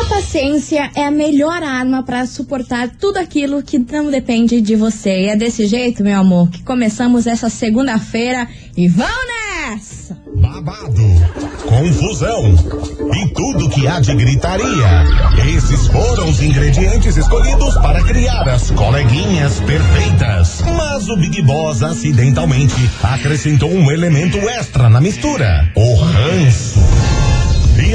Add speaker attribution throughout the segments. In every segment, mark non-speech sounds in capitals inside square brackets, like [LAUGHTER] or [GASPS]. Speaker 1: Resistência é a melhor arma para suportar tudo aquilo que não depende de você. E é desse jeito, meu amor, que começamos essa segunda-feira e vão nessa!
Speaker 2: Babado, confusão e tudo que há de gritaria. Esses foram os ingredientes escolhidos para criar as coleguinhas perfeitas. Mas o Big Boss acidentalmente acrescentou um elemento extra na mistura: o ranço. E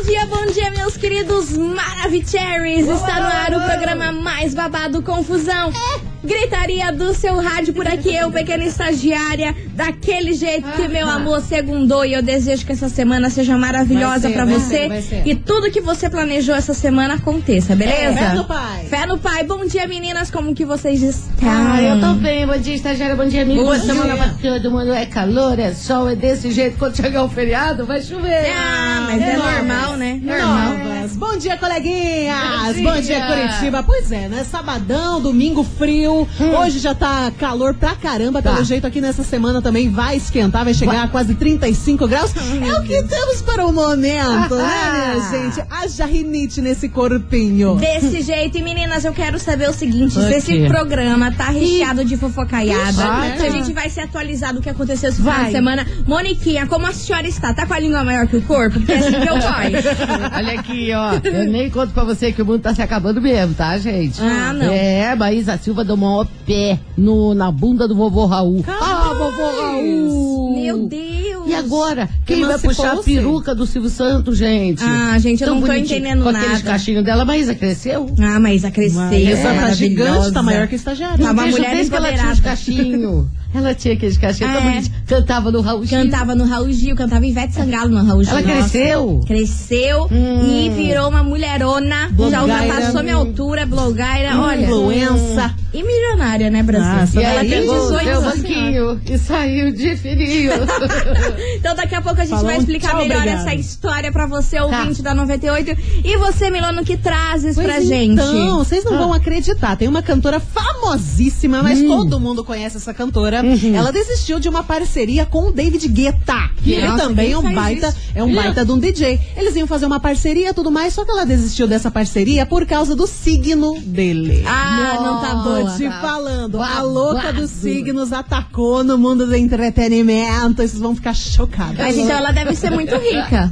Speaker 1: dia, bom dia, meus queridos Maravicheries! Está no ar o programa mais babado Confusão. Gritaria do seu rádio por aqui, eu, pequena estagiária, daquele jeito
Speaker 3: Ah,
Speaker 1: que meu amor segundou e eu desejo que essa semana seja maravilhosa
Speaker 3: Vai ser,
Speaker 1: pra
Speaker 3: vai
Speaker 1: você
Speaker 3: ser, vai ser. É,
Speaker 1: e tudo que você planejou essa semana aconteça, beleza?
Speaker 3: fé no pai.
Speaker 1: Fé no pai. Bom dia, meninas, como que vocês estão?
Speaker 3: Ah, eu tô bem. Bom dia, estagiária. Bom dia, amigo.
Speaker 1: Hum. Bom
Speaker 3: Boa
Speaker 1: dia.
Speaker 3: semana pra todo mundo. É calor, é sol, é desse jeito. Quando chegar o feriado, vai chover.
Speaker 1: Ah, mas é normal, né? Normal.
Speaker 4: Novas. Bom dia, coleguinhas!
Speaker 3: Bom
Speaker 4: Bom
Speaker 3: dia.
Speaker 4: dia, Curitiba! Pois é, né? Sabadão, domingo frio. Hoje já tá calor pra caramba,
Speaker 3: Tá.
Speaker 4: pelo jeito aqui nessa semana também vai esquentar, vai chegar a quase 35 graus. é o que temos para o momento, né, minha gente? Haja rinite nesse corpinho.
Speaker 1: Desse jeito, e meninas, eu quero saber o seguinte: se
Speaker 3: Ok.
Speaker 1: esse programa tá recheado de fofocaiada,
Speaker 3: Ixi,
Speaker 1: se a
Speaker 3: né?
Speaker 1: gente vai se atualizar do que aconteceu esse final
Speaker 3: Vai.
Speaker 1: de semana. Moniquinha, como a senhora está? Tá com a língua maior que o corpo? Porque é assim
Speaker 3: [LAUGHS]
Speaker 1: que eu gosto.
Speaker 3: Olha aqui, ó. Eu nem conto pra você que o mundo tá se acabando mesmo, tá, gente?
Speaker 1: Ah, não.
Speaker 3: É, Maísa Silva deu maior pé no, na bunda do vovô Raul. Ah, vovô Raul!
Speaker 1: Meu Deus!
Speaker 3: E agora? Quem vai
Speaker 4: Emancipou-se.
Speaker 3: puxar a peruca do Silvio Santos, gente?
Speaker 1: Ah, gente, eu
Speaker 3: Tão
Speaker 1: não tô
Speaker 3: bonitinho.
Speaker 1: entendendo
Speaker 3: Com aqueles
Speaker 1: nada.
Speaker 3: cachinhos dela, Maísa cresceu?
Speaker 1: Ah, Maísa cresceu.
Speaker 4: Essa
Speaker 1: é
Speaker 4: tá
Speaker 1: maravilhosa.
Speaker 4: gigante, tá maior que estagiária.
Speaker 1: Tá uma
Speaker 3: Desde-
Speaker 1: mulher
Speaker 3: desde que ela tinha os
Speaker 1: empoderada.
Speaker 3: cachinhos. Ela tinha aqueles cachinhos tão
Speaker 1: É.
Speaker 3: bonitos. Cantava no Raul Gil.
Speaker 1: Cantava no Raul Gil, cantava Ivete Sangalo no Raul Gil.
Speaker 3: Ela
Speaker 1: Nossa.
Speaker 3: cresceu?
Speaker 1: Cresceu
Speaker 3: Hum.
Speaker 1: e virou uma mulherona. Já
Speaker 4: Blogueira.
Speaker 1: ultrapassou minha altura, blogueira, olha.
Speaker 4: Influença.
Speaker 1: E milionária, né, Brasil?
Speaker 4: Nossa,
Speaker 3: E
Speaker 1: ela
Speaker 3: aí, um
Speaker 1: tem
Speaker 3: pegou o
Speaker 1: 18
Speaker 3: seu
Speaker 1: anos.
Speaker 3: banquinho e saiu de
Speaker 1: [LAUGHS]
Speaker 3: fininho.
Speaker 1: Então daqui a pouco a gente
Speaker 4: Falou
Speaker 1: vai
Speaker 4: um
Speaker 1: explicar
Speaker 4: tchau,
Speaker 1: melhor
Speaker 4: obrigado.
Speaker 1: essa história pra você, ouvinte da 98. E você, Milano, que trazes
Speaker 4: Pois
Speaker 1: pra
Speaker 4: Então,
Speaker 1: gente? Ah.
Speaker 4: vocês não vão acreditar. Tem uma cantora famosíssima,
Speaker 1: Hum.
Speaker 4: mas todo mundo conhece essa cantora.
Speaker 1: Uhum.
Speaker 4: Ela desistiu de uma parceria com o David Guetta. Que ele
Speaker 1: Nossa,
Speaker 4: também
Speaker 1: quem
Speaker 4: é um
Speaker 1: faz
Speaker 4: baita,
Speaker 1: isso?
Speaker 4: é um baita de um DJ. Eles iam fazer uma parceria e tudo mais, só que ela desistiu dessa parceria por causa do signo dele.
Speaker 1: Ah, não tá
Speaker 4: Tô
Speaker 1: boa.
Speaker 4: te
Speaker 3: Tá.
Speaker 4: falando, a
Speaker 3: Babado.
Speaker 4: louca dos signos atacou no mundo do entretenimento. Vocês vão ficar chocados.
Speaker 1: Mas então ela deve ser muito rica.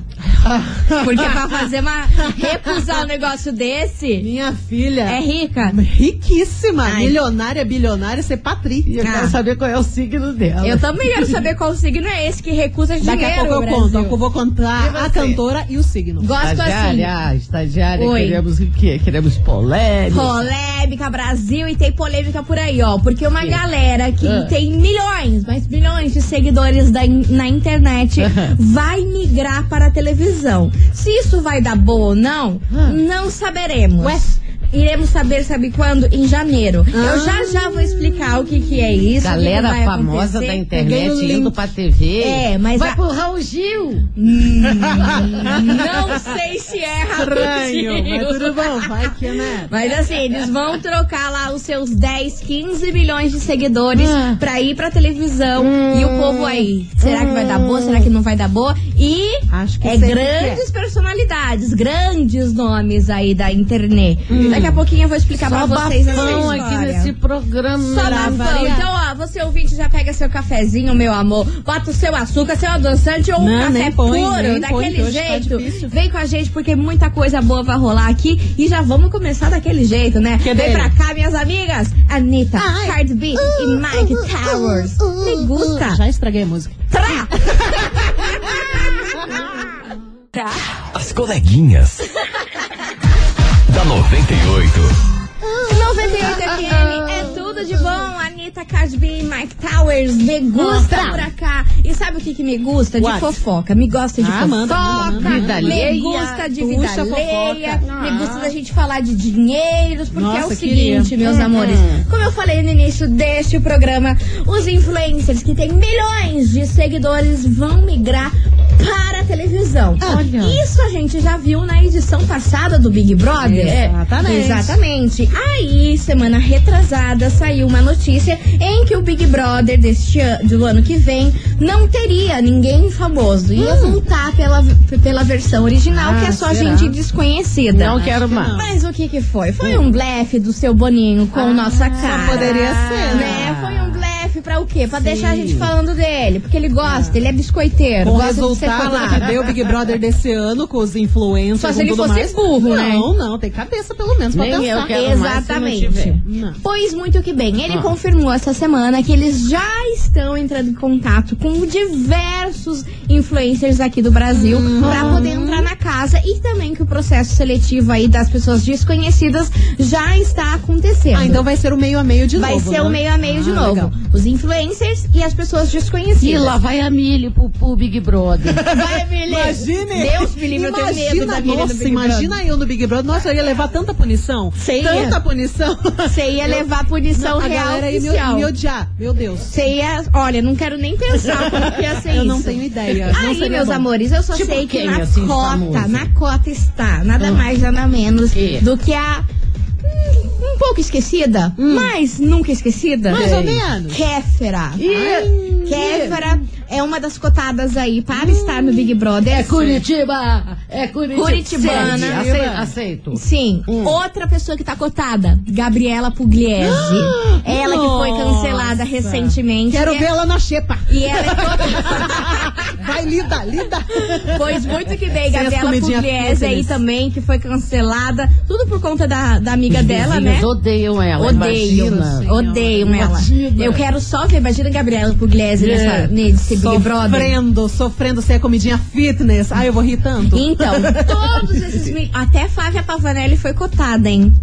Speaker 1: Porque pra fazer uma. recusar um negócio desse,
Speaker 4: Minha filha
Speaker 1: é rica.
Speaker 4: riquíssima,
Speaker 1: Ai. Ah.
Speaker 4: milionária, bilionária, ser
Speaker 3: E eu
Speaker 4: patrícia.
Speaker 3: quero saber qual é o signo dela.
Speaker 1: Eu também quero saber qual signo é esse que recusa dinheiro.
Speaker 4: Daqui a pouco eu
Speaker 1: Brasil.
Speaker 4: conto. Eu vou
Speaker 3: E
Speaker 4: contar
Speaker 3: você?
Speaker 4: a cantora e o signo.
Speaker 1: Gosto assim.
Speaker 3: Estagiária, estagiária,
Speaker 1: Oi.
Speaker 3: queremos o quê? Queremos polêmica.
Speaker 1: Polêmica Brasil e tem polêmica por aí, ó. Porque uma galera que
Speaker 3: Ah.
Speaker 1: tem milhões, mas milhões de seguidores da in- na
Speaker 4: [LAUGHS]
Speaker 1: internet
Speaker 4: Ah.
Speaker 1: vai migrar para a televisão. Se isso vai dar boa ou não,
Speaker 3: Ah.
Speaker 1: não saberemos.
Speaker 4: Ué? Ah.
Speaker 1: Iremos saber, sabe quando? Em janeiro. Eu já já vou explicar o que, que é isso. o que que
Speaker 3: Galera
Speaker 1: vai
Speaker 3: famosa
Speaker 1: acontecer. um
Speaker 3: da
Speaker 4: Peguei
Speaker 3: internet
Speaker 4: o
Speaker 3: indo
Speaker 4: link.
Speaker 3: pra TV.
Speaker 1: É, mas
Speaker 3: Vai
Speaker 1: a-
Speaker 3: pro Raul Gil.
Speaker 1: Hum, não sei se é
Speaker 4: Estranho,
Speaker 1: rapidinho.
Speaker 4: mas tudo bom, vai que né?
Speaker 1: Mas assim, eles vão trocar lá os seus 10, 15 milhões de seguidores
Speaker 3: Ah.
Speaker 1: pra ir pra televisão. E o povo aí, será que vai dar boa? Será que não vai dar boa? E
Speaker 4: Acho que
Speaker 1: é
Speaker 4: sei o que
Speaker 1: grandes personalidades, grandes nomes aí da internet. Daqui a pouquinho eu vou explicar
Speaker 3: Hum. Só
Speaker 1: pra vocês essa
Speaker 3: bafão aqui
Speaker 1: história.
Speaker 3: nesse programa.
Speaker 1: Só bafão.
Speaker 3: Variar.
Speaker 1: Então, ó, você ouvinte já pega seu cafezinho, meu amor. Bota o seu açúcar, seu adoçante ou um
Speaker 4: Não,
Speaker 1: café
Speaker 4: nem põe,
Speaker 1: puro,
Speaker 4: nem põe,
Speaker 1: daquele
Speaker 4: que hoje tá
Speaker 1: jeito.
Speaker 4: difícil.
Speaker 1: Vem com a gente porque muita coisa boa vai rolar aqui e já vamos começar daquele jeito, né? Vem
Speaker 4: dele?
Speaker 1: pra cá, minhas amigas. Anitta,
Speaker 4: Ai. Uh,
Speaker 1: Cardi B e Mike Towers. Me gusta.
Speaker 4: Já estraguei a música. [LAUGHS]
Speaker 1: Tra! [LAUGHS]
Speaker 4: Tá.
Speaker 5: As coleguinhas. [LAUGHS] da 98.
Speaker 1: 98 FM é tudo de bom. Anitta Casby, Mike Towers, me gusta
Speaker 4: Nossa.
Speaker 1: por cá. E sabe o que, que me gusta? De
Speaker 4: What?
Speaker 1: fofoca. Me gosta de
Speaker 4: Ah,
Speaker 1: fofoca.
Speaker 4: manda, manda, manda,
Speaker 3: manda.
Speaker 1: Me
Speaker 3: Vida
Speaker 1: gusta de vida
Speaker 4: puxa
Speaker 1: alheia.
Speaker 4: fofoca.
Speaker 1: Me gusta da gente falar de dinheiros. Porque é o
Speaker 4: Nossa, queria. Hum,
Speaker 1: seguinte, meus amores. Como eu falei no início deste programa, os influencers que têm milhões de seguidores vão migrar para a televisão.
Speaker 3: Olha.
Speaker 1: Isso a gente já viu na edição passada do Big Brother.
Speaker 4: Exatamente.
Speaker 1: É, exatamente. Aí, semana retrasada, saiu uma notícia em que o Big Brother deste ano, do ano que vem não teria ninguém famoso. Ia voltar pela, pela versão original,
Speaker 4: Hum. Ah,
Speaker 1: que é só
Speaker 4: será?
Speaker 1: gente desconhecida.
Speaker 3: Não quero mais.
Speaker 1: Mas o que que foi? Foi um blefe do seu Boninho com nossa cara.
Speaker 4: Hum. Ah, poderia ser,
Speaker 1: né? Foi um blefe pra o quê? Pra deixar a gente falando dele. Porque ele gosta, ele é biscoiteiro.
Speaker 4: Ah. Com o
Speaker 1: gosta de ser
Speaker 4: resultado né? que
Speaker 1: falado.
Speaker 4: deu o Big Brother desse ano, com os influencers
Speaker 1: Só se
Speaker 4: com
Speaker 1: ele
Speaker 4: tudo
Speaker 1: fosse
Speaker 4: mais.
Speaker 1: burro,
Speaker 4: não,
Speaker 1: né?
Speaker 4: Não, não, tem cabeça pelo menos pra
Speaker 3: Nem
Speaker 4: pensar.
Speaker 3: eu quero mais se não
Speaker 1: Exatamente.
Speaker 3: tiver.
Speaker 4: Não. Ah.
Speaker 1: Pois muito que bem, ele confirmou essa semana que eles já estão entrando em contato com diversos influencers aqui do Brasil
Speaker 4: Uhum.
Speaker 1: pra poder entrar na casa e também que o processo seletivo aí das pessoas desconhecidas já está acontecendo.
Speaker 4: Ah, então vai ser o meio a meio de
Speaker 1: Vai
Speaker 4: novo.
Speaker 1: ser o
Speaker 4: né?
Speaker 1: meio a meio de
Speaker 4: Ah,
Speaker 1: novo.
Speaker 4: legal.
Speaker 1: Os influencers e as pessoas desconhecidas.
Speaker 3: E lá vai a milho pro, pro Big Brother.
Speaker 1: né? [LAUGHS] Vai, Emily.
Speaker 4: Imagine!
Speaker 1: Deus me livre, eu tenho
Speaker 4: imagina,
Speaker 1: medo da Miriam do
Speaker 4: Nossa,
Speaker 1: Big
Speaker 4: imagina eu no Big Brother. Nossa, eu ia levar tanta punição.
Speaker 1: Sei.
Speaker 4: Tanta punição.
Speaker 1: Você ia levar a punição
Speaker 4: a
Speaker 1: É real
Speaker 4: galera ia me,
Speaker 1: oficial.
Speaker 4: me odiar. Meu Deus.
Speaker 1: Você ia... Olha, não quero nem pensar como que ia ser
Speaker 4: [LAUGHS] eu
Speaker 1: isso.
Speaker 4: não tenho ideia. não
Speaker 1: Aí,
Speaker 4: seria
Speaker 1: meus
Speaker 4: bom.
Speaker 1: amores, eu só
Speaker 3: Tipo
Speaker 1: sei que
Speaker 3: quem,
Speaker 1: na
Speaker 3: assim,
Speaker 1: cota,
Speaker 3: famoso?
Speaker 1: na cota está,
Speaker 4: Ah.
Speaker 1: nada mais, nada menos
Speaker 3: É.
Speaker 1: do que a. hum, um pouco esquecida, mas nunca esquecida.
Speaker 4: Hum. Mais ou menos.
Speaker 1: Kéfera.
Speaker 3: Ih,
Speaker 1: Kéfera é uma das cotadas aí para
Speaker 4: Hum.
Speaker 1: estar no Big Brother.
Speaker 3: É Curitiba! É Curitiba!
Speaker 1: Curitibana.
Speaker 3: Aceito, aceito.
Speaker 1: Sim.
Speaker 4: Hum.
Speaker 1: Outra pessoa que tá cotada, Gabriela
Speaker 4: [GASPS]
Speaker 1: Pugliese. ela que foi cancelada recentemente.
Speaker 4: Quero
Speaker 1: E-
Speaker 4: vê-la na xepa.
Speaker 1: E ela é cotada.
Speaker 4: Vai, lida, lida.
Speaker 1: Pois muito que bem,
Speaker 4: Sem as
Speaker 1: Gabriela
Speaker 4: comidinhas
Speaker 1: Pugliese aí
Speaker 4: fúteis.
Speaker 1: também, que foi cancelada. Tudo por conta da, da amiga dela, né?
Speaker 3: Vizinhos odeiam ela.
Speaker 1: Odeiam,
Speaker 3: imagina.
Speaker 1: odeiam ela.
Speaker 3: Imagina.
Speaker 1: Eu quero só ver, imagina a Gabriela Pugliese nessa, nesse Big Brother.
Speaker 4: É, Sofrendo, sofrendo sem a comidinha fitness. Ai, eu vou rir tanto.
Speaker 1: Então, todos esses. meni- Até Flávia Pavanelli foi cotada, hein?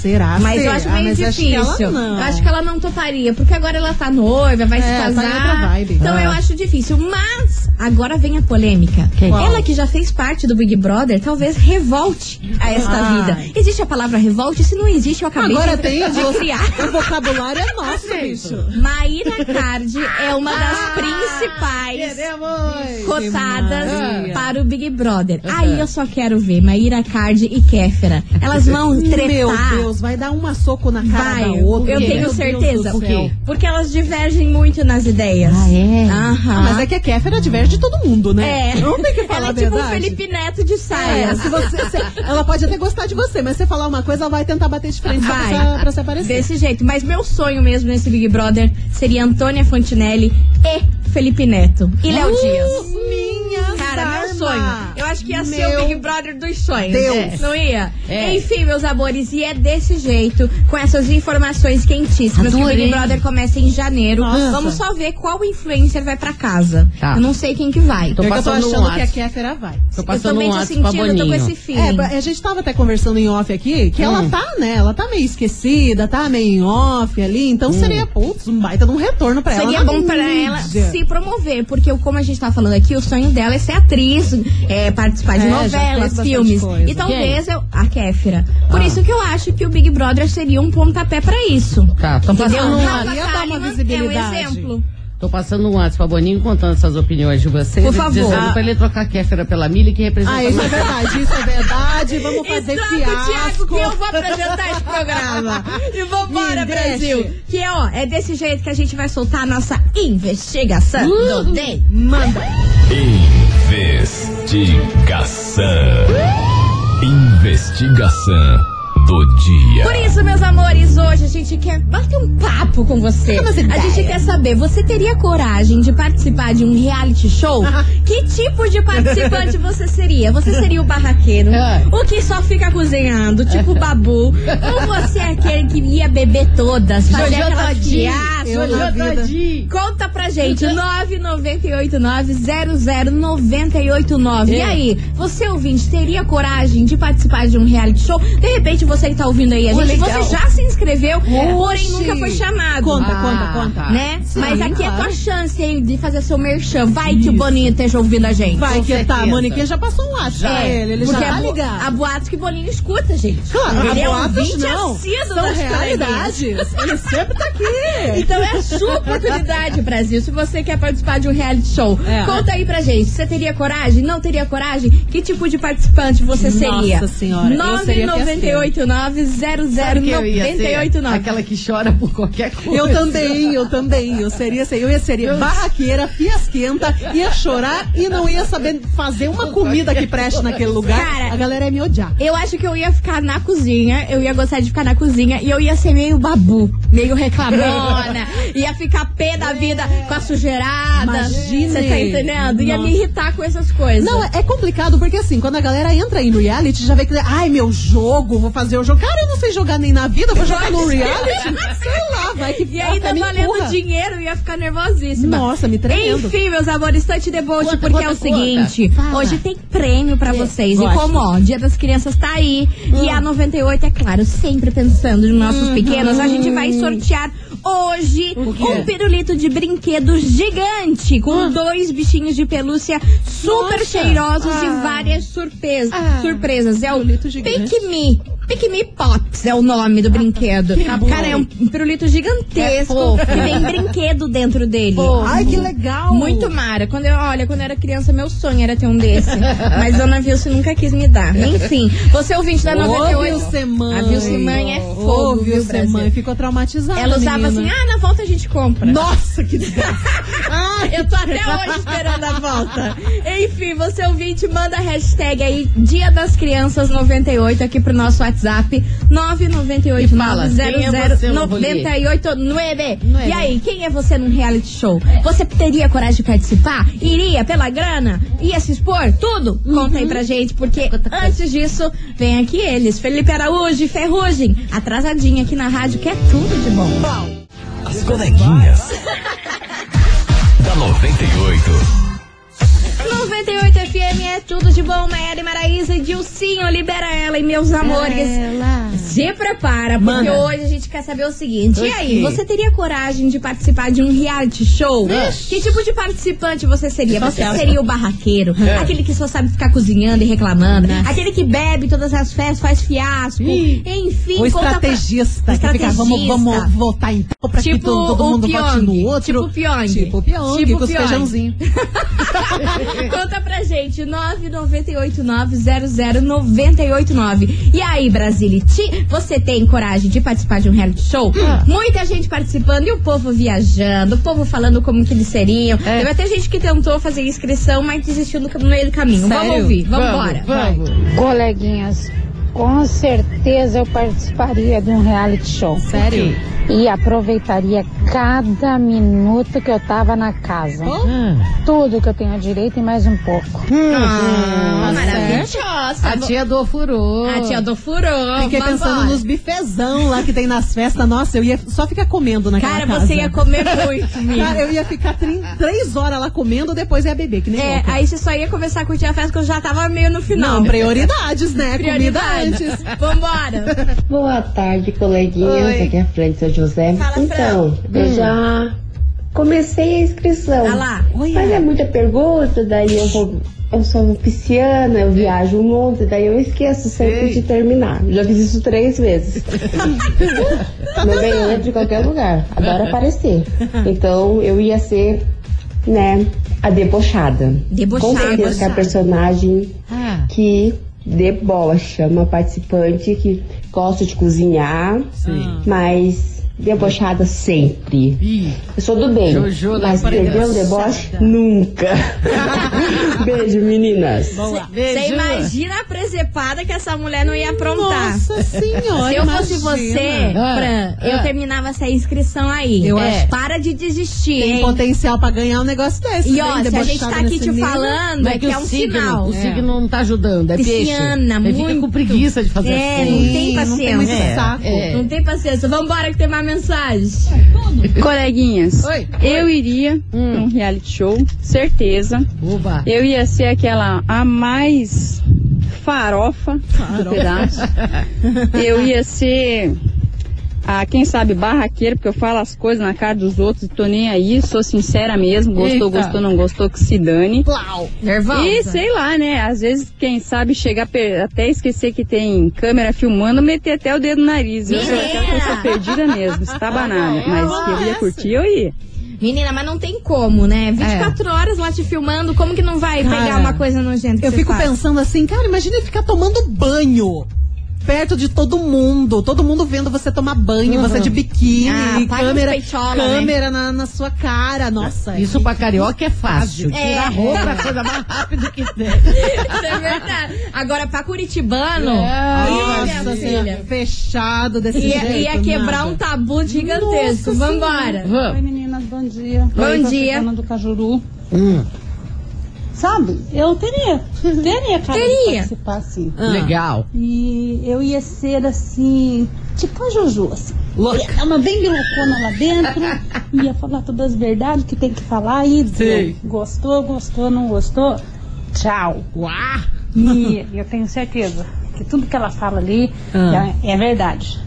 Speaker 4: Será?
Speaker 1: Mas eu
Speaker 4: Será?
Speaker 1: acho meio
Speaker 4: ah, Mas acho que
Speaker 1: difícil.
Speaker 4: ela não.
Speaker 1: Eu acho que ela não toparia, porque agora ela tá noiva, vai
Speaker 4: É, tá
Speaker 1: se
Speaker 4: em
Speaker 1: casar.
Speaker 4: outra vibe.
Speaker 1: Então
Speaker 4: Ah.
Speaker 1: eu acho difícil. Mas agora vem a polêmica.
Speaker 3: Quem?
Speaker 1: Ela que já fez parte do Big Brother, talvez revolte a esta
Speaker 4: Ah.
Speaker 1: vida. Existe a palavra revolte? Se não existe, eu acabei
Speaker 4: Agora
Speaker 1: de,
Speaker 4: tem
Speaker 1: [LAUGHS]
Speaker 4: a
Speaker 1: de
Speaker 4: vo-
Speaker 1: criar.
Speaker 4: O vocabulário é nosso, bicho.
Speaker 1: Maíra Cardi é uma das principais
Speaker 4: Ah, Queremos! Ah.
Speaker 1: cotadas
Speaker 4: Maria.
Speaker 1: para o Big Brother.
Speaker 4: Ah.
Speaker 1: Aí eu só quero ver Maíra Cardi e Kéfera. Elas vão tretar.
Speaker 4: Meu Deus, vai dar uma soco na cara
Speaker 1: Vai,
Speaker 4: da outra.
Speaker 1: eu
Speaker 4: Meu
Speaker 1: tenho
Speaker 4: Deus
Speaker 1: certeza.
Speaker 4: do
Speaker 1: Por
Speaker 4: céu.
Speaker 1: quê? Porque elas divergem muito nas ideias.
Speaker 3: Ah, é?
Speaker 1: Aham.
Speaker 4: Ah, mas é que a Kéfera diverge de todo mundo, né?
Speaker 1: É.
Speaker 4: Não tem que falar
Speaker 1: Ela
Speaker 4: a
Speaker 1: é tipo o
Speaker 4: verdade.
Speaker 1: Felipe Neto de
Speaker 4: É,
Speaker 1: saia.
Speaker 4: se você, se- ela pode até gostar de você, mas se você falar uma coisa, ela vai tentar bater de frente só
Speaker 1: Vai.
Speaker 4: É, pra, pra se aparecer.
Speaker 1: Desse jeito. Mas meu sonho mesmo nesse Big Brother seria Antônia Fontinelli e Felipe Neto. E Léo
Speaker 4: Uh,
Speaker 1: Dias.
Speaker 4: Minha
Speaker 1: Cara, meu sonho. Eu acho que ia ser o
Speaker 4: Meu
Speaker 1: Big Brother dos sonhos. né?
Speaker 4: Deus.
Speaker 1: Não ia?
Speaker 3: É.
Speaker 1: Enfim, meus amores, e é desse jeito, com essas informações quentíssimas, que o
Speaker 3: Adorei.
Speaker 1: Big Brother começa em janeiro.
Speaker 4: Nossa.
Speaker 1: Vamos só ver qual influencer vai pra casa.
Speaker 3: Tá.
Speaker 1: Eu não sei quem que vai.
Speaker 3: Tô
Speaker 4: Pior que eu tô
Speaker 3: passando um
Speaker 4: achando que a
Speaker 3: WhatsApp.
Speaker 4: Kéfera vai.
Speaker 3: Tô
Speaker 1: eu
Speaker 3: passando
Speaker 1: também
Speaker 3: um
Speaker 1: tô
Speaker 3: ato pra
Speaker 1: sentindo, eu tô com
Speaker 3: Boninho.
Speaker 1: esse
Speaker 4: É,
Speaker 1: feeling.
Speaker 4: ba- a gente tava até conversando em off aqui que
Speaker 3: Hum.
Speaker 4: ela tá, né? Ela tá meio esquecida, tá meio em off ali.
Speaker 3: Hum.
Speaker 4: Então seria, putz, um baita de um retorno pra ela.
Speaker 1: Seria
Speaker 4: na
Speaker 1: bom pra
Speaker 4: mídia.
Speaker 1: ela se promover, porque eu- como a gente tá falando aqui, o sonho dela é ser atriz, é, participar de
Speaker 4: É, já faz
Speaker 1: novelas,
Speaker 4: bastante
Speaker 1: filmes.
Speaker 4: coisa. Ah.
Speaker 1: E talvez eu, a Kéfera. Por isso que eu acho que o Big Brother seria um pontapé pra isso.
Speaker 3: Tá, tô
Speaker 1: Entendeu?
Speaker 3: passando, um
Speaker 1: Rafa
Speaker 3: WhatsApp-
Speaker 4: Ia dar uma
Speaker 1: Kalimann
Speaker 4: visibilidade.
Speaker 1: É um exemplo.
Speaker 3: tô passando um ato pra Boninho contando essas opiniões de vocês.
Speaker 1: Por
Speaker 3: e
Speaker 1: favor.
Speaker 3: Dizendo
Speaker 1: Ah.
Speaker 3: pra ele trocar a Kéfera pela milha que representa
Speaker 4: Ah,
Speaker 3: mais.
Speaker 4: isso é verdade, isso é verdade. Vamos fazer
Speaker 1: Exato,
Speaker 4: fiasco.
Speaker 1: Thiago, que eu vou apresentar esse
Speaker 4: [LAUGHS]
Speaker 1: programa. E vambora,
Speaker 4: Me deixe.
Speaker 1: Brasil. Que é, ó, é desse jeito que a gente vai soltar a nossa investigação
Speaker 4: Uh!
Speaker 1: do DEI.
Speaker 4: Manda.
Speaker 5: Investigação. Investigação do dia.
Speaker 1: Por isso, meus amores, hoje a gente quer bater um papo com você.
Speaker 4: Troca umas
Speaker 1: A
Speaker 4: ideias.
Speaker 1: gente quer saber, você teria coragem de participar de um reality show?
Speaker 3: [LAUGHS]
Speaker 1: que tipo de participante você seria? Você seria o barraqueiro?
Speaker 3: [LAUGHS] É.
Speaker 1: o que só fica cozinhando, tipo o
Speaker 3: [LAUGHS]
Speaker 1: babu? ou você é aquele que ia beber todas, fazer
Speaker 3: Jojo
Speaker 1: aquela
Speaker 3: Todinho.
Speaker 1: fiasca?
Speaker 4: Eu na vida.
Speaker 3: Todinho.
Speaker 1: Conta pra gente, 998900989.
Speaker 4: É.
Speaker 1: E aí, você ouvinte, teria coragem de participar de um reality show? De repente, você que tá ouvindo aí a
Speaker 3: Ô,
Speaker 1: gente,
Speaker 3: legal.
Speaker 1: você já se inscreveu, porém
Speaker 4: Oxi.
Speaker 1: nunca foi chamado.
Speaker 4: Conta,
Speaker 3: Ah,
Speaker 4: conta, conta.
Speaker 1: Né?
Speaker 4: Sim,
Speaker 1: Mas aqui é tua
Speaker 4: claro.
Speaker 1: chance, hein, de fazer seu merchan. Vai que o Boninho esteja ouvindo a gente.
Speaker 4: Vai
Speaker 3: Com
Speaker 4: que tá, a
Speaker 3: certeza.
Speaker 4: Moniquinha já passou um laço
Speaker 1: É,
Speaker 4: pra ele, ele já
Speaker 1: porque
Speaker 4: tá
Speaker 1: a bo-
Speaker 4: ligado.
Speaker 1: A boatos que Boninho escuta, gente.
Speaker 4: Claro,
Speaker 1: ele é
Speaker 4: a boatos
Speaker 1: ouvinte
Speaker 4: não.
Speaker 1: assíduo
Speaker 4: São
Speaker 1: das coleguinhas.
Speaker 4: realidades. Ele sempre tá aqui.
Speaker 1: Então é a sua oportunidade, Brasil. Se você quer participar de um reality show,
Speaker 4: É.
Speaker 1: conta aí pra gente. Você teria coragem? Não teria coragem? Que tipo de participante você
Speaker 4: Nossa
Speaker 1: seria?
Speaker 4: Senhora, eu seria
Speaker 1: 998900989.
Speaker 3: Sabe quem eu ia ser? Aquela que chora por qualquer coisa.
Speaker 4: Eu também, eu também. Eu seria, assim, eu ia ser barraqueira, fiasquenta, ia chorar e não ia saber fazer uma comida que preste naquele lugar.
Speaker 1: Cara,
Speaker 4: a galera ia me odiar.
Speaker 1: Eu acho que eu ia ficar na cozinha, eu ia gostar de ficar na cozinha e eu ia ser meio babu, meio reclamona, ia ficar pé da vida com a sujeirada.
Speaker 4: Imagine.
Speaker 1: Você tá entendendo? Ia me
Speaker 4: Nossa.
Speaker 1: irritar com essas coisas.
Speaker 4: Não, é, é complicado porque assim, quando a galera entra em reality, já vê que, ai, meu jogo, vou fazer o jogo. Cara, eu não sei jogar nem na vida, vou jogar no [LAUGHS] reality. Sei lá, vai que
Speaker 1: tá E ainda
Speaker 4: até me
Speaker 1: valendo
Speaker 4: empurra.
Speaker 1: dinheiro, eu ia ficar nervosíssima.
Speaker 4: Nossa, me tremendo.
Speaker 1: Enfim, meus amores, Touch the Bolt,
Speaker 3: Conta,
Speaker 1: porque é o
Speaker 3: conta, conta.
Speaker 1: seguinte:
Speaker 3: Fala.
Speaker 1: hoje tem prêmio pra vocês. E
Speaker 4: Gosto.
Speaker 1: como, ó, Dia das Crianças tá aí,
Speaker 4: Hum.
Speaker 1: e a 98, é claro, sempre pensando nos nossos pequenos, a gente vai sortear hoje
Speaker 4: Uhum. quê? Ah.
Speaker 1: um pirulito de brinquedo gigante com dois bichinhos de pelúcia super
Speaker 4: Nossa. Ah.
Speaker 1: cheirosos e várias surpresas. surpresas. É o
Speaker 4: Pirulito gigante.
Speaker 1: Pick Me. Pick Me Pops é o nome do brinquedo. Cara, é um pirulito gigantesco
Speaker 3: É fofo.
Speaker 1: que tem brinquedo dentro dele.
Speaker 4: Ai, que legal.
Speaker 1: Muito mara. Quando eu, olha, quando eu era criança, meu sonho era ter um desse.
Speaker 4: [LAUGHS]
Speaker 1: Mas Dona Vilce nunca quis me dar. Enfim, você é ouvinte da 98.
Speaker 4: Ouve o Semana.
Speaker 1: A Vilce Mãe é fogo,
Speaker 4: Ouve
Speaker 1: viu,
Speaker 4: o Semana.
Speaker 1: Brasil?
Speaker 4: Ficou traumatizada.
Speaker 1: Ela usava assim,
Speaker 4: menina.
Speaker 1: ah, na volta a gente compra.
Speaker 4: Nossa,
Speaker 1: [LAUGHS]
Speaker 4: que desgraça. Ai,
Speaker 1: assim, "Ah, Eu tô até hoje esperando a
Speaker 4: volta.
Speaker 1: Enfim, você ouvinte, manda a hashtag aí Dia das Crianças 98 aqui pro nosso WhatsApp
Speaker 3: E fala, quem é você no
Speaker 1: 998900989. E aí, quem é você num reality show? Você teria coragem de participar? Iria pela grana? Ia se expor? Tudo? Conta aí pra gente, porque antes disso, vem aqui eles, Felipe Araújo e Ferrugem, atrasadinha aqui na rádio, que é tudo de bom.
Speaker 5: As coleguinhas. da 98.
Speaker 1: 98 FM é tudo de bom, Maiara e Maraísa e Dilcinho, libera ela e meus amores. Se prepara, porque
Speaker 4: Manda.
Speaker 1: hoje a gente quer saber o seguinte. E
Speaker 3: Oi,
Speaker 1: aí,
Speaker 3: Cris.
Speaker 1: você teria coragem de participar de um reality show? Que tipo de participante você seria? Você seria o barraqueiro,
Speaker 4: É.
Speaker 1: aquele que só sabe ficar cozinhando e reclamando, aquele que bebe todas as festas, faz fiasco, enfim.
Speaker 4: O
Speaker 1: conta pra-
Speaker 4: estrategista,
Speaker 1: O
Speaker 4: que fica, vamos,
Speaker 1: estrategista.
Speaker 4: vamos votar em tal pra que
Speaker 1: Tipo
Speaker 4: todo, todo
Speaker 1: o
Speaker 4: mundo vote
Speaker 1: Pyong.
Speaker 4: no outro.
Speaker 1: Tipo o Pyong.
Speaker 4: Tipo o Pyong,
Speaker 1: Tipo
Speaker 4: com
Speaker 1: o
Speaker 4: os
Speaker 1: Pyong.
Speaker 4: feijãozinhos.
Speaker 1: [LAUGHS] Conta pra gente, 998900989. E aí, Brasiliti, você tem coragem de participar de um reality show?
Speaker 4: Ah.
Speaker 1: Muita gente participando e o povo viajando, o povo falando como que eles seriam.
Speaker 4: É.
Speaker 1: Teve até gente que tentou fazer inscrição, mas desistiu no, cam- no meio do caminho. Vamos
Speaker 3: Sério?
Speaker 1: ouvir, vamos
Speaker 3: Vamos,
Speaker 1: embora.
Speaker 3: Vamos.
Speaker 6: Coleguinhas, com certeza eu participaria de um reality show
Speaker 4: Sério?
Speaker 6: e aproveitaria cada minuto que eu tava na casa.
Speaker 3: Ah,
Speaker 6: Tudo que eu tenho direito e mais um pouco.
Speaker 1: Ah,
Speaker 3: Tá certo.
Speaker 1: maravilhosa.
Speaker 3: a tia do furou.
Speaker 1: A tia do furô.
Speaker 4: Fiquei pensando
Speaker 1: vambora.
Speaker 4: nos bifezão lá que tem nas festas. Nossa, eu ia só ficar comendo naquela
Speaker 1: Cara,
Speaker 4: casa.
Speaker 1: você ia comer muito, amiga.
Speaker 4: [LAUGHS] Cara, eu ia ficar trin- três horas lá comendo, depois ia beber, que nem
Speaker 1: É,
Speaker 4: louca.
Speaker 1: aí você só ia começar a curtir a festa quando já tava meio no final.
Speaker 4: Não, prioridades, né?
Speaker 1: Prioridades.
Speaker 4: Comida antes.
Speaker 1: Vambora.
Speaker 7: Boa tarde, coleguinhas.
Speaker 1: Oi.
Speaker 7: Aqui é a Fran de São José.
Speaker 1: Fala, Fran. Hum.
Speaker 7: então, eu já comecei a inscrição.
Speaker 1: Olha lá.
Speaker 7: Mas é muita pergunta, daí eu vou. Eu sou um pisciana, eu viajo um monte, daí eu esqueço sempre de terminar. Já fiz isso
Speaker 1: [LAUGHS]
Speaker 7: três vezes. Mas bem, eu entro de qualquer lugar. Adoro aparecer. Então eu ia ser, né, a debochada. Com
Speaker 1: Debochada.
Speaker 7: certeza que a personagem
Speaker 3: Ah,
Speaker 7: que debocha, uma participante que gosta de cozinhar,
Speaker 8: Ah.
Speaker 7: mas debochada sempre.
Speaker 3: ih,
Speaker 7: Eu sou do bem,
Speaker 8: né?
Speaker 3: Jojo da
Speaker 7: mas perder um deboche
Speaker 8: [LAUGHS]
Speaker 7: nunca. Beijo, meninas.
Speaker 3: boa.
Speaker 1: Você
Speaker 3: Beijo.
Speaker 1: imagina a presepada que essa mulher não ia aprontar.
Speaker 4: Nossa senhora,
Speaker 1: Se eu fosse
Speaker 4: imagina.
Speaker 1: você,
Speaker 3: Ah,
Speaker 1: Fran, eu
Speaker 3: ah.
Speaker 1: terminava essa inscrição aí.
Speaker 4: Eu
Speaker 1: É.
Speaker 4: acho-
Speaker 1: Para de desistir,
Speaker 4: Tem
Speaker 1: hein?
Speaker 4: potencial pra ganhar um negócio desse.
Speaker 1: E
Speaker 4: né?
Speaker 1: ó, se a gente tá
Speaker 4: Debochada
Speaker 1: aqui
Speaker 4: nesse
Speaker 1: te
Speaker 4: nível.
Speaker 1: falando, é que é um
Speaker 3: signo,
Speaker 1: sinal.
Speaker 3: O
Speaker 1: É.
Speaker 3: signo não tá ajudando, é
Speaker 1: Pisciana,
Speaker 3: peixe. Ele fica
Speaker 1: muito.
Speaker 3: com preguiça de fazer
Speaker 1: É,
Speaker 3: as
Speaker 1: não
Speaker 3: coisas.
Speaker 1: tem
Speaker 4: Sim, não tem muito
Speaker 1: paciência.
Speaker 4: saco.
Speaker 3: É.
Speaker 1: Não tem paciência. Vambora que tem mais mensagem.
Speaker 9: Coleguinhas,
Speaker 3: Oi.
Speaker 9: eu iria num reality show, certeza.
Speaker 3: Oba.
Speaker 9: Eu ia ser aquela a mais
Speaker 1: [LAUGHS]
Speaker 9: farofa, do pedaço. Eu ia ser a quem sabe barraqueiro, porque eu falo as coisas na cara dos outros e tô nem aí, sou sincera mesmo, gostou,
Speaker 1: Eita.
Speaker 9: gostou, não gostou, que se dane.
Speaker 4: Plau!
Speaker 1: Nervosa.
Speaker 9: E sei lá, né? Às vezes, quem sabe chegar pe- até esquecer que tem câmera filmando, meter até o dedo no nariz. Eu sou aquela pessoa perdida mesmo, estabanada.
Speaker 1: Ah, é
Speaker 9: Mas que eu ia curtir, eu ia.
Speaker 1: Menina, mas não tem como, né? 24 horas lá te filmando, como que não vai pegar
Speaker 4: Cara,
Speaker 1: uma coisa nojenta que
Speaker 4: Eu
Speaker 1: você
Speaker 4: fico
Speaker 1: faz?
Speaker 4: pensando assim, cara, imagina ele ficar tomando banho. Perto de todo mundo, todo mundo vendo você tomar banho, você de biquíni,
Speaker 1: Uhum. Ah,
Speaker 4: e
Speaker 1: paga uns
Speaker 4: câmera,
Speaker 1: peitola, né?
Speaker 4: câmera na, na sua cara, nossa.
Speaker 3: Isso pra carioca é fácil.
Speaker 1: É.
Speaker 3: Tirar roupa é a coisa mais rápida que tem.
Speaker 1: Isso [LAUGHS] é verdade. Agora, pra curitibano,
Speaker 3: É.
Speaker 4: Nossa
Speaker 1: Olha,
Speaker 4: senhora,
Speaker 1: filha.
Speaker 4: fechado desse
Speaker 1: ia,
Speaker 4: jeito. né?
Speaker 1: ia é, quebrar
Speaker 4: nada.
Speaker 1: um tabu gigantesco.
Speaker 4: Nossa
Speaker 1: Vambora.
Speaker 3: Vamos.
Speaker 10: meninas, bom dia.
Speaker 1: Bom
Speaker 10: Oi,
Speaker 1: dia.
Speaker 10: Ana do Cajuru.
Speaker 3: Hum,
Speaker 10: Sabe, eu teria, teria cara de
Speaker 1: Teria.
Speaker 10: participar, assim.
Speaker 4: Ah.
Speaker 1: Ah.
Speaker 3: Legal.
Speaker 10: E eu ia ser, assim, tipo a Juju, assim. Ia dar uma bem loucona lá dentro, ia falar todas as verdades que tem que falar e dizer, gostou, gostou, não gostou, tchau.
Speaker 4: Uá!
Speaker 10: E eu tenho certeza que tudo que ela fala ali
Speaker 4: Ah.
Speaker 10: é, é verdade.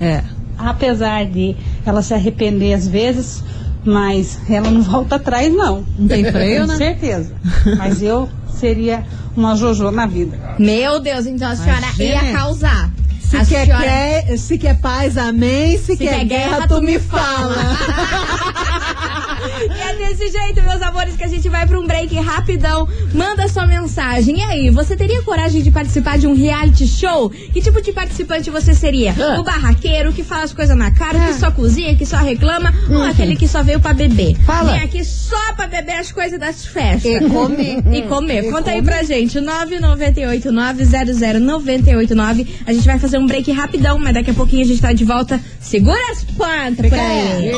Speaker 4: É.
Speaker 10: Apesar de ela se arrepender às vezes, mas ela não volta atrás, não.
Speaker 4: Não tem freio,
Speaker 10: Com
Speaker 4: né? [LAUGHS]
Speaker 10: certeza. Mas eu seria uma Jojo na vida.
Speaker 1: Meu Deus, então a senhora ia
Speaker 4: Imagina.
Speaker 1: causar.
Speaker 4: Se
Speaker 1: a
Speaker 4: quer,
Speaker 1: senhora...
Speaker 4: quer- se quer paz, amém. Se, quer, guerra, tu me fala.
Speaker 1: [LAUGHS] E é desse jeito, meus amores, que a gente vai pra um break rapidão. Manda sua mensagem. E aí, você teria coragem de participar de um reality show? Que tipo de participante você seria?
Speaker 3: Ah.
Speaker 1: O barraqueiro, que fala as coisas na cara, que só cozinha, que só reclama, ou aquele que só veio pra beber?
Speaker 3: Fala.
Speaker 1: Vem aqui só pra beber as coisas das festas.
Speaker 4: E comer.
Speaker 1: [LAUGHS] E comer. Conta aí pra gente, 998900989. A gente vai fazer um break rapidão, mas daqui a pouquinho a gente tá de volta. Segura as pantas por aí.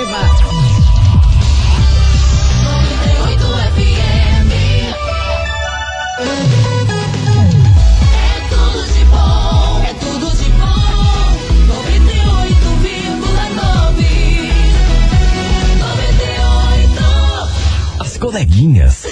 Speaker 11: As coleguinhas.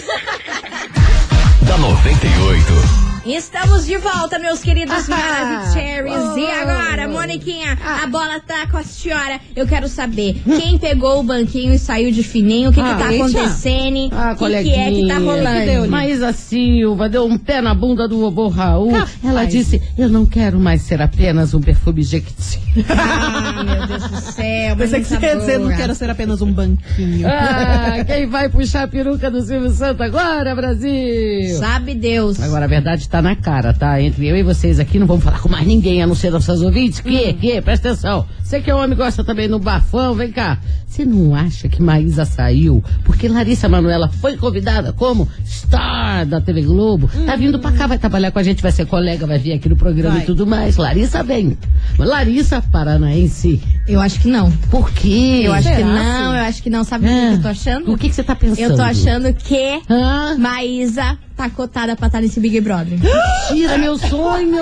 Speaker 11: da 98.
Speaker 1: Estamos de volta, meus queridos Maravicherrys. E agora, Moniquinha,
Speaker 3: Ah.
Speaker 1: a bola tá com a senhora. Eu quero saber quem pegou o banquinho e saiu de fininho, o que,
Speaker 3: Ah,
Speaker 1: que tá
Speaker 3: eita.
Speaker 1: acontecendo,
Speaker 3: Ah,
Speaker 1: o que, que é que tá rolando.
Speaker 3: rolando? Maísa Silva deu um pé na bunda do vovô Raul. Ela disse: Eu não quero mais ser apenas um perfume Jequiti.
Speaker 1: [LAUGHS] Ai,
Speaker 3: né?
Speaker 1: meu Deus do céu.
Speaker 4: Pensei que você
Speaker 1: menina
Speaker 4: quer dizer, não
Speaker 1: boa.
Speaker 4: quero ser apenas um banquinho.
Speaker 3: Ah, quem vai puxar a peruca do Silvio Santo agora, Brasil?
Speaker 1: Sabe Deus.
Speaker 3: Agora a verdade tá na cara, tá? Entre eu e vocês aqui não vamos falar com mais ninguém, a não ser nossos ouvintes. Que,
Speaker 1: Uhum.
Speaker 3: que, presta atenção. Você que é homem gosta também no bafão, vem cá. Você não acha que Maísa saiu? Porque Larissa Manoela foi convidada como star da TV Globo. Tá
Speaker 1: Uhum.
Speaker 3: vindo pra cá, vai trabalhar com a gente, vai ser colega, vai vir aqui no programa e tudo mais. Larissa vem. Larissa Paranaense.
Speaker 1: Eu acho que não.
Speaker 3: Por quê?
Speaker 1: Eu acho que
Speaker 3: Será?
Speaker 1: não, eu acho que não. Sabe o que
Speaker 3: Ah.
Speaker 1: que eu tô achando?
Speaker 3: O que que você tá pensando?
Speaker 1: Eu tô achando que
Speaker 3: Hã?
Speaker 1: Maísa tá cotada pra estar nesse Big Brother.
Speaker 3: Tira meu sonho!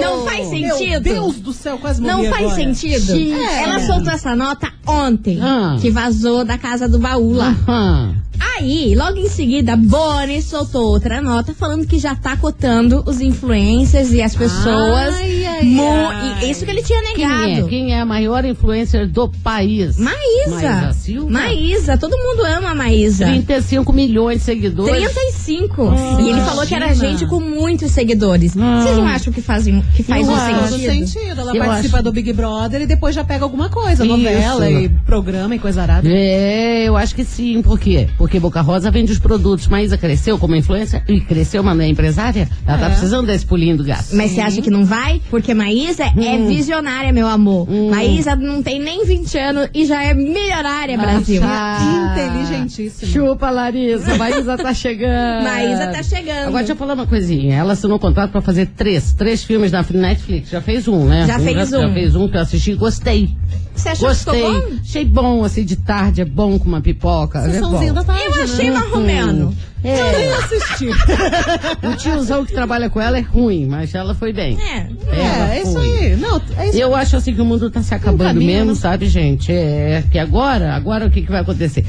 Speaker 1: Não faz
Speaker 4: Meu
Speaker 1: sentido.
Speaker 4: Deus do céu, quase morri
Speaker 1: Não faz
Speaker 4: agora.
Speaker 1: sentido.
Speaker 3: Sim.
Speaker 1: Ela soltou essa nota ontem,
Speaker 3: Ah.
Speaker 1: que vazou da casa do baú lá.
Speaker 3: Aham.
Speaker 1: Aí, logo em seguida, Bonnie soltou outra nota falando que já tá cotando os influencers e as pessoas.
Speaker 4: Ai, ai,
Speaker 1: mu-
Speaker 4: ai.
Speaker 1: e Isso que ele tinha
Speaker 3: Quem é?
Speaker 1: negado.
Speaker 3: Quem é a maior influencer do país? Maísa
Speaker 1: Maísa.
Speaker 3: Silva?
Speaker 1: Maísa, todo mundo ama a Maísa.
Speaker 3: 35 milhões de seguidores.
Speaker 1: 35. e ele falou que era
Speaker 3: imagina.
Speaker 1: gente com muitos seguidores. Vocês não acham que, fazem, que faz
Speaker 4: Eu
Speaker 1: um
Speaker 4: acho
Speaker 1: sentido?
Speaker 4: sentido. Ela
Speaker 3: Eu
Speaker 4: participa
Speaker 3: acho.
Speaker 4: do Big Brother e depois já pega alguma
Speaker 3: Isso.
Speaker 4: coisa, novela e programa e coisa arada.
Speaker 3: É, eu acho que sim. Por quê? Porque Boca Rosa vende os produtos. Maísa cresceu como influencer e cresceu, mas não é empresária? Ela tá precisando desse pulinho do gato.
Speaker 1: Mas você acha que não vai? Porque Maísa é visionária, meu amor. Maísa não tem nem 20 anos e já é milionária, Brasil.
Speaker 3: Ah.
Speaker 4: Inteligentíssima.
Speaker 3: Chupa, Larissa. Maísa tá chegando.
Speaker 1: Maísa tá chegando.
Speaker 3: Agora, deixa eu falar uma coisinha. Ela assinou um contrato pra fazer três, três filmes na Netflix. Já fez um, né?
Speaker 1: Já fez
Speaker 3: Já
Speaker 1: um.
Speaker 3: fez um que eu assisti e gostei.
Speaker 1: Você achou
Speaker 3: Gostei.
Speaker 1: que ficou bom?
Speaker 3: Achei bom, assim, de tarde. É bom com uma pipoca. é bom.
Speaker 4: Sessãozinha da tarde,
Speaker 1: Eu achei
Speaker 4: né?
Speaker 1: marromeno.
Speaker 3: É. [LAUGHS]
Speaker 4: Eu nem assisti.
Speaker 3: O tiozão que trabalha com ela é ruim, mas ela foi bem.
Speaker 4: É, é, isso aí. Não, é isso
Speaker 3: Eu acho assim que o mundo tá se acabando
Speaker 4: caminho,
Speaker 3: mesmo,
Speaker 4: né?
Speaker 3: sabe, gente? É que agora, agora o que, que vai acontecer?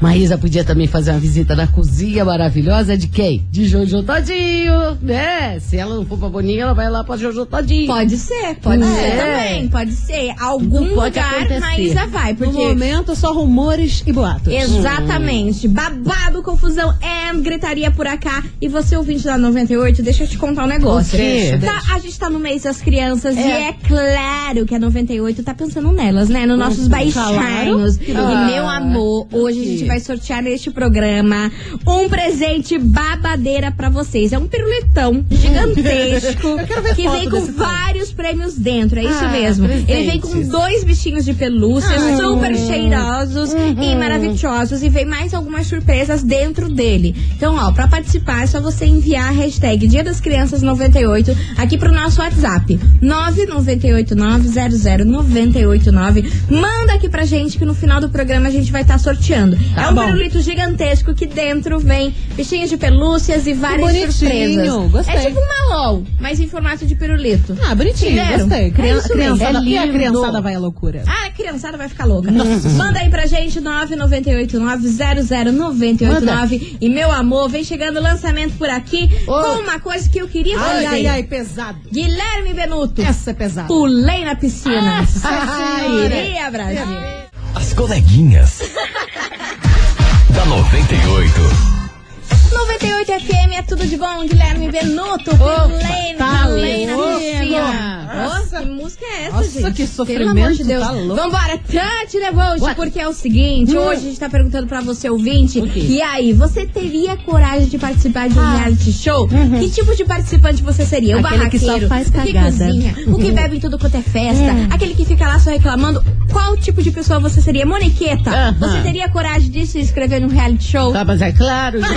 Speaker 3: Maísa podia também fazer uma visita na cozinha maravilhosa de quem? De Jojo Todinho, né? Se ela não for pra Boninha, ela vai lá pra Jojo Todinho.
Speaker 1: Pode ser, pode ser também, pode ser. Algum
Speaker 3: Tudo pode
Speaker 1: lugar
Speaker 3: acontecer.
Speaker 1: Maísa vai, porque...
Speaker 4: No momento, só rumores e boatos.
Speaker 1: Exatamente. Babado, confusão, é, gritaria por acá. E você, ouvinte da 98, deixa eu te contar um negócio.
Speaker 3: O quê?
Speaker 1: Tá, a gente tá no mês das crianças e
Speaker 3: É.
Speaker 1: é claro que a 98 tá pensando nelas, né? Nos nossos baixinhos.
Speaker 3: Ah.
Speaker 1: E, meu amor, hoje a gente vai sortear neste programa um presente babadeira pra vocês. É um pirulitão gigantesco
Speaker 4: Hum. [LAUGHS] Eu quero ver
Speaker 1: que
Speaker 4: foto
Speaker 1: vem com
Speaker 4: desse tal.
Speaker 1: vários prêmios dentro. É isso
Speaker 3: Ah,
Speaker 1: mesmo. Ele vem
Speaker 3: presentes.
Speaker 1: com dois bichinhos de pelúcia
Speaker 4: Ah.
Speaker 3: Ai.
Speaker 1: super cheirosos
Speaker 4: Uhum.
Speaker 1: e maravilhosos. E vem mais algumas surpresas dentro dele. Então, ó, pra participar é só você enviar a hashtag Dia das Crianças 98 aqui pro nosso WhatsApp. 998900989. Manda aqui pra gente que no final do programa a gente vai estar sorteando.
Speaker 4: Tá
Speaker 1: é um
Speaker 4: bom.
Speaker 1: pirulito gigantesco que dentro vem bichinhos de pelúcias e várias
Speaker 4: bonitinho,
Speaker 1: surpresas.
Speaker 4: gostei.
Speaker 1: É tipo um malol, mas em formato de pirulito.
Speaker 4: Ah, bonitinho,
Speaker 1: Tiveram.
Speaker 4: gostei.
Speaker 1: É
Speaker 4: Criança,
Speaker 1: isso mesmo.
Speaker 4: criançada,
Speaker 3: É
Speaker 4: e a
Speaker 3: lindo.
Speaker 4: criançada vai à loucura.
Speaker 1: Ah, a criançada vai ficar louca. Manda aí pra gente, 998900989. E meu amor, vem chegando o lançamento por aqui
Speaker 3: Ô.
Speaker 1: com uma coisa que eu queria
Speaker 4: Ai,
Speaker 1: fazer.
Speaker 4: ai, ai, pesado.
Speaker 1: Guilherme Benuto,
Speaker 4: Essa é pesada.
Speaker 1: pulei na piscina.
Speaker 4: Ai,
Speaker 1: Iria, Brasil.
Speaker 5: As coleguinhas. da 98.
Speaker 1: 98 FM é tudo de bom, Guilherme Benuto, pulei
Speaker 4: tá
Speaker 1: pulei na
Speaker 4: louco.
Speaker 1: piscina.
Speaker 4: Nossa.
Speaker 1: Ô, que música é essa,
Speaker 4: Nossa,
Speaker 1: gente? Pelo
Speaker 4: que
Speaker 1: amor de
Speaker 4: sofrimento,
Speaker 1: Deus.
Speaker 4: tá louco.
Speaker 1: Vambora, Tante Devolte,
Speaker 3: What?
Speaker 1: porque é o seguinte,
Speaker 3: Hum.
Speaker 1: hoje a gente tá perguntando pra você, ouvinte,
Speaker 3: O quê? Ah.
Speaker 1: e aí, você teria coragem de participar de um reality show? Que tipo de participante você seria? O
Speaker 3: Uhum. Aquele que só
Speaker 1: barraqueiro,
Speaker 3: faz
Speaker 1: o que
Speaker 3: cagada. Uhum.
Speaker 1: cozinha, o que bebe em tudo quanto é festa, aquele que fica lá só reclamando. Qual tipo de pessoa você seria? Moniqueta,
Speaker 3: Aham.
Speaker 1: você teria coragem de se inscrever num reality show?
Speaker 3: Tá, mas é claro, gente.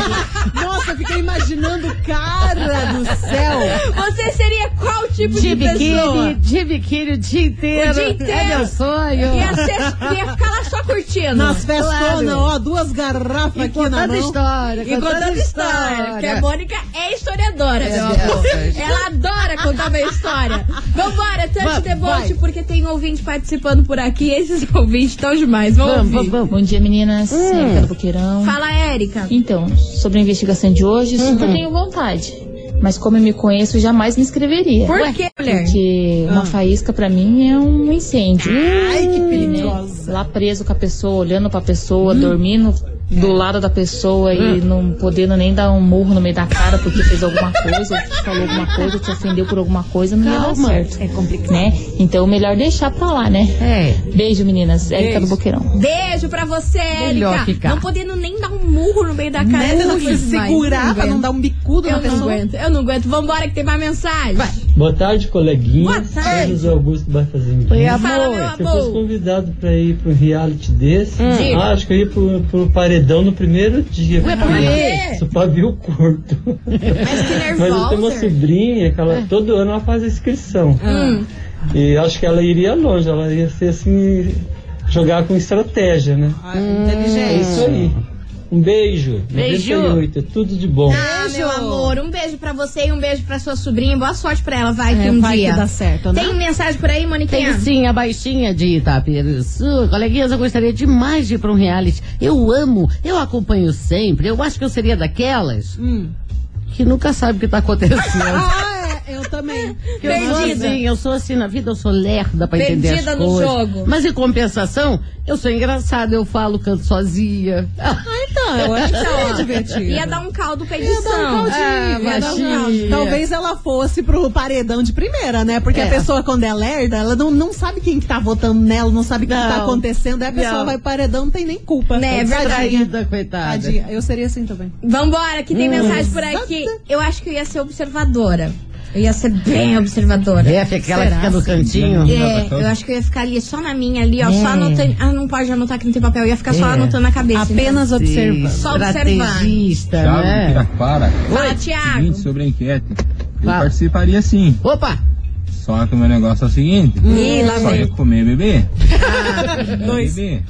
Speaker 4: Nossa, eu fiquei imaginando, cara do céu.
Speaker 1: Você seria qual tipo de,
Speaker 3: De biquíni,
Speaker 1: pessoa?
Speaker 3: de biquíni o dia inteiro.
Speaker 1: O dia inteiro.
Speaker 3: É meu sonho.
Speaker 1: Ia, ser, ia ficar lá só curtindo.
Speaker 4: Nas festonas,
Speaker 3: Claro.
Speaker 4: ó, duas garrafas
Speaker 3: E
Speaker 4: aqui na
Speaker 3: contando
Speaker 4: mão.
Speaker 3: história.
Speaker 1: E contando história, porque a Mônica é historiadora, meu amor. Ela adora contar uma história. Vambora,
Speaker 3: Vai,
Speaker 1: Tante Devolte,
Speaker 3: vai.
Speaker 1: porque tem ouvinte participando por aqui. Esses [LAUGHS] ouvintes estão demais. Vamos,
Speaker 3: Vamos,
Speaker 1: ouvir.
Speaker 3: vamos, vamos.
Speaker 11: Bom dia, meninas. Érica do Boqueirão.
Speaker 1: Fala, Érica.
Speaker 11: Então, sobre a investigação de hoje, super tenho vontade. Mas como eu me conheço, jamais me inscreveria.
Speaker 3: é?
Speaker 1: Por que, mulher?
Speaker 11: Porque uma faísca pra mim é um incêndio.
Speaker 4: Ai, que
Speaker 11: né?
Speaker 4: perigosa.
Speaker 11: Lá preso com a pessoa, olhando pra pessoa,
Speaker 3: Hum.
Speaker 11: dormindo
Speaker 3: É.
Speaker 11: do lado da pessoa e não podendo nem dar um murro no meio da cara porque fez alguma coisa, ou te falou alguma coisa, ou te ofendeu por alguma coisa, não ia dar
Speaker 3: Calma,
Speaker 11: certo.
Speaker 3: é complicado.
Speaker 11: Né? Então, melhor deixar pra lá, né?
Speaker 3: É.
Speaker 11: Beijo, meninas. Érica do Boqueirão.
Speaker 1: Beijo pra você,
Speaker 3: Melhor
Speaker 1: Érica.
Speaker 3: ficar.
Speaker 1: Não podendo nem dar um murro no meio da cara.
Speaker 4: Né? Tentando
Speaker 1: Ui,
Speaker 4: se
Speaker 1: vai,
Speaker 4: segurar pra não
Speaker 1: aguento.
Speaker 4: dar um bicudo na
Speaker 1: Eu não
Speaker 4: pessoa.
Speaker 1: aguento, eu não aguento. Vambora que tem mais mensagem.
Speaker 8: Boa tarde, coleguinha.
Speaker 1: Boa tarde.
Speaker 8: José Augusto Barfazinho.
Speaker 3: Oi,
Speaker 1: Fala,
Speaker 3: amor.
Speaker 1: meu
Speaker 8: Se eu fosse
Speaker 1: amor.
Speaker 8: convidado pra ir pra um reality desse,
Speaker 1: Diga.
Speaker 8: ah, acho que eu ia pro, pro paredão no primeiro dia.
Speaker 3: Ué, por quê?
Speaker 8: Só pra ver o [LAUGHS] corpo.
Speaker 1: Mas que
Speaker 8: Mas eu tenho uma
Speaker 1: nervosa.
Speaker 8: sobrinha que ela, todo ano ela faz a inscrição.
Speaker 1: Hum.
Speaker 8: E acho que ela iria longe, ela ia ser assim, jogar com estratégia, né?
Speaker 4: Ai, inteligente.
Speaker 8: É
Speaker 3: Hum,
Speaker 8: isso aí. Um beijo.
Speaker 3: Beijo.
Speaker 8: 98, é tudo de bom.
Speaker 1: Ah, meu amor, um beijo pra você e um beijo pra sua sobrinha. Boa sorte pra ela, vai que
Speaker 4: É,
Speaker 1: um
Speaker 4: vai
Speaker 1: dia.
Speaker 4: que dá certo, né?
Speaker 1: Tem mensagem por aí, Moniquinha?
Speaker 3: Tem sim, a baixinha de Itapiriçu. Coleguinhas, eu gostaria demais de ir pra um reality. Eu amo, eu acompanho sempre. Eu acho que eu seria daquelas
Speaker 4: Hum.
Speaker 3: que nunca sabe o que tá
Speaker 1: [LAUGHS]
Speaker 3: acontecendo.
Speaker 4: Ah, é, eu também.
Speaker 3: Que eu sou
Speaker 1: Perdida.
Speaker 3: assim, eu sou assim na vida, eu sou lerda pra entender as
Speaker 1: Perdida no
Speaker 3: coisas.
Speaker 1: jogo.
Speaker 3: Mas em compensação, eu sou engraçada, eu falo, canto sozinha.
Speaker 4: Ah, então, eu acho que seria divertido.
Speaker 1: Ia dar um caldo pra edição. É,
Speaker 3: Ah,
Speaker 4: Ia dar um
Speaker 3: baixinha.
Speaker 4: caldinho. Talvez ela fosse pro paredão de primeira, né? Porque a
Speaker 3: É.
Speaker 4: pessoa, quando é lerda, ela não, não sabe quem que tá votando nela, não sabe o que que tá
Speaker 3: Não.
Speaker 4: acontecendo. Aí a pessoa
Speaker 3: Não.
Speaker 4: vai pro paredão, não tem nem culpa.
Speaker 1: Né, é verdade.
Speaker 3: Traída, coitada.
Speaker 4: Tadinha. Eu seria assim também.
Speaker 1: Vambora, que tem mensagem por aqui. Eu acho que eu ia ser observadora. Eu ia ser bem observadora.
Speaker 3: É, aquela que
Speaker 4: Será,
Speaker 3: fica no cantinho.
Speaker 1: É, eu acho que eu ia ficar ali só na minha ali, ó, só anotando. Ah, não pode anotar que não tem papel, eu ia ficar só
Speaker 3: É.
Speaker 1: anotando a cabeça.
Speaker 4: Apenas observa.
Speaker 1: Só
Speaker 3: Estrategista, né?
Speaker 8: Piraquara,
Speaker 1: Então. Fala, Thiago.
Speaker 8: sobre a enquete.
Speaker 3: Fala.
Speaker 8: participaria sim,
Speaker 3: Opa!
Speaker 12: Só que o meu negócio é o seguinte:
Speaker 1: Ih, lá
Speaker 12: só
Speaker 1: vem. Ah,
Speaker 12: ia comer e beber.
Speaker 1: Dois.
Speaker 12: Beber.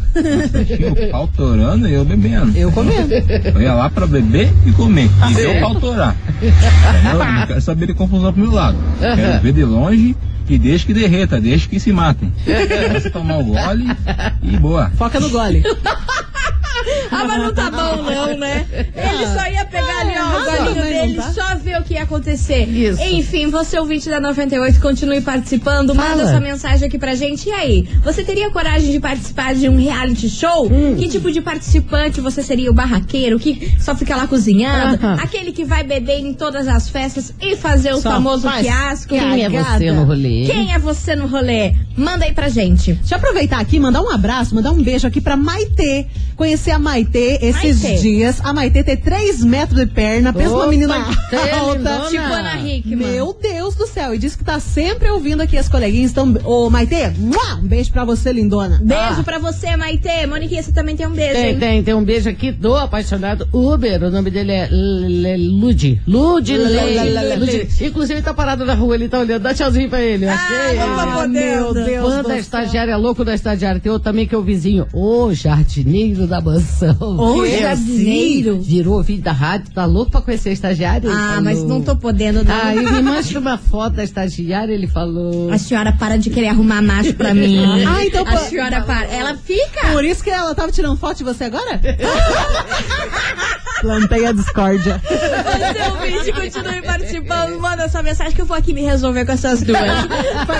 Speaker 12: Assistia o pau torando e eu bebendo.
Speaker 4: Eu comendo.
Speaker 12: Eu ia lá pra beber e comer.
Speaker 4: Tá
Speaker 12: e ver
Speaker 4: certo.
Speaker 12: o pau torar. Entendeu? Eu não quero saber de confusão pro meu lado. Quero ver de longe e deixa que derreta, deixa que se matem. Começa a tomar o gole e boa.
Speaker 4: Foca no gole.
Speaker 1: Ah, mas não tá
Speaker 3: [LAUGHS]
Speaker 1: bom não, né? Ele só ia pegar ali, ó, o
Speaker 4: Ah,
Speaker 1: galinho
Speaker 3: né,
Speaker 4: também não
Speaker 1: dele,
Speaker 4: tá.
Speaker 1: só ver o que ia acontecer.
Speaker 4: Isso.
Speaker 1: Enfim, você ouvinte da 98, continue participando, manda
Speaker 13: Fala.
Speaker 1: sua mensagem aqui pra gente. E aí, você teria coragem de participar de um reality show?
Speaker 3: Hum.
Speaker 1: Que tipo de participante você seria? O barraqueiro que só fica lá cozinhando?
Speaker 3: Aham.
Speaker 1: Aquele que vai beber em todas as festas e fazer o
Speaker 3: Só
Speaker 1: famoso
Speaker 3: faz.
Speaker 1: fiasco?
Speaker 3: Quem é
Speaker 1: Cagada.
Speaker 3: você no rolê?
Speaker 1: Quem é você no rolê? Manda aí pra gente.
Speaker 4: Deixa eu aproveitar aqui, mandar um abraço, mandar um beijo aqui pra Maitê. Conhecer a Maitê esses
Speaker 1: Maitê.
Speaker 4: dias. A Maitê tem 3 metros de perna, pensa
Speaker 1: Opa,
Speaker 4: numa menina
Speaker 1: é
Speaker 4: [LAUGHS] alta.
Speaker 1: lindona. Tipo Ana Hickman.
Speaker 4: Meu Deus do céu. E diz que tá sempre ouvindo aqui as coleguinhas. Então, ô Maitê, mua, um beijo pra você, lindona.
Speaker 9: Ah.
Speaker 1: Beijo pra você, Maitê. Moniquinha, você também tem um beijo,
Speaker 3: Tem,
Speaker 1: hein?
Speaker 3: tem, tem um beijo aqui do apaixonado Uber. O nome dele é L- L- Ludi. Ludi,
Speaker 4: L-
Speaker 3: Lei.
Speaker 4: L- L- L-
Speaker 3: Ludi. Inclusive, ele tá parado na rua, ele tá olhando. Dá tchauzinho pra ele. ok? Ah,
Speaker 4: não tá podendo. Meu Deus do
Speaker 3: Quanta
Speaker 4: céu.
Speaker 3: estagiária é louco da estagiária. Tem outro também que é o vizinho. O jardineiro da mansão.
Speaker 1: O
Speaker 3: Que
Speaker 1: jardineiro.
Speaker 3: assim? Virou ouvinte da rádio, tá louco pra conhecer Tá a estagiária? Ele
Speaker 1: Ah, mas
Speaker 3: falou.
Speaker 1: não tô podendo, não.
Speaker 3: Aí me mostra uma foto da estagiária, ele falou.
Speaker 1: A senhora para de querer arrumar macho pra mim.
Speaker 4: [LAUGHS] Ah, então
Speaker 1: A
Speaker 4: pô-
Speaker 1: senhora para. Ela fica.
Speaker 4: Por isso que ela tava tirando foto de você agora? Plantei a discórdia.
Speaker 1: Você ouvinte, continue participando. Manda sua mensagem que eu vou aqui me resolver com essas duas.
Speaker 4: [LAUGHS] Fight,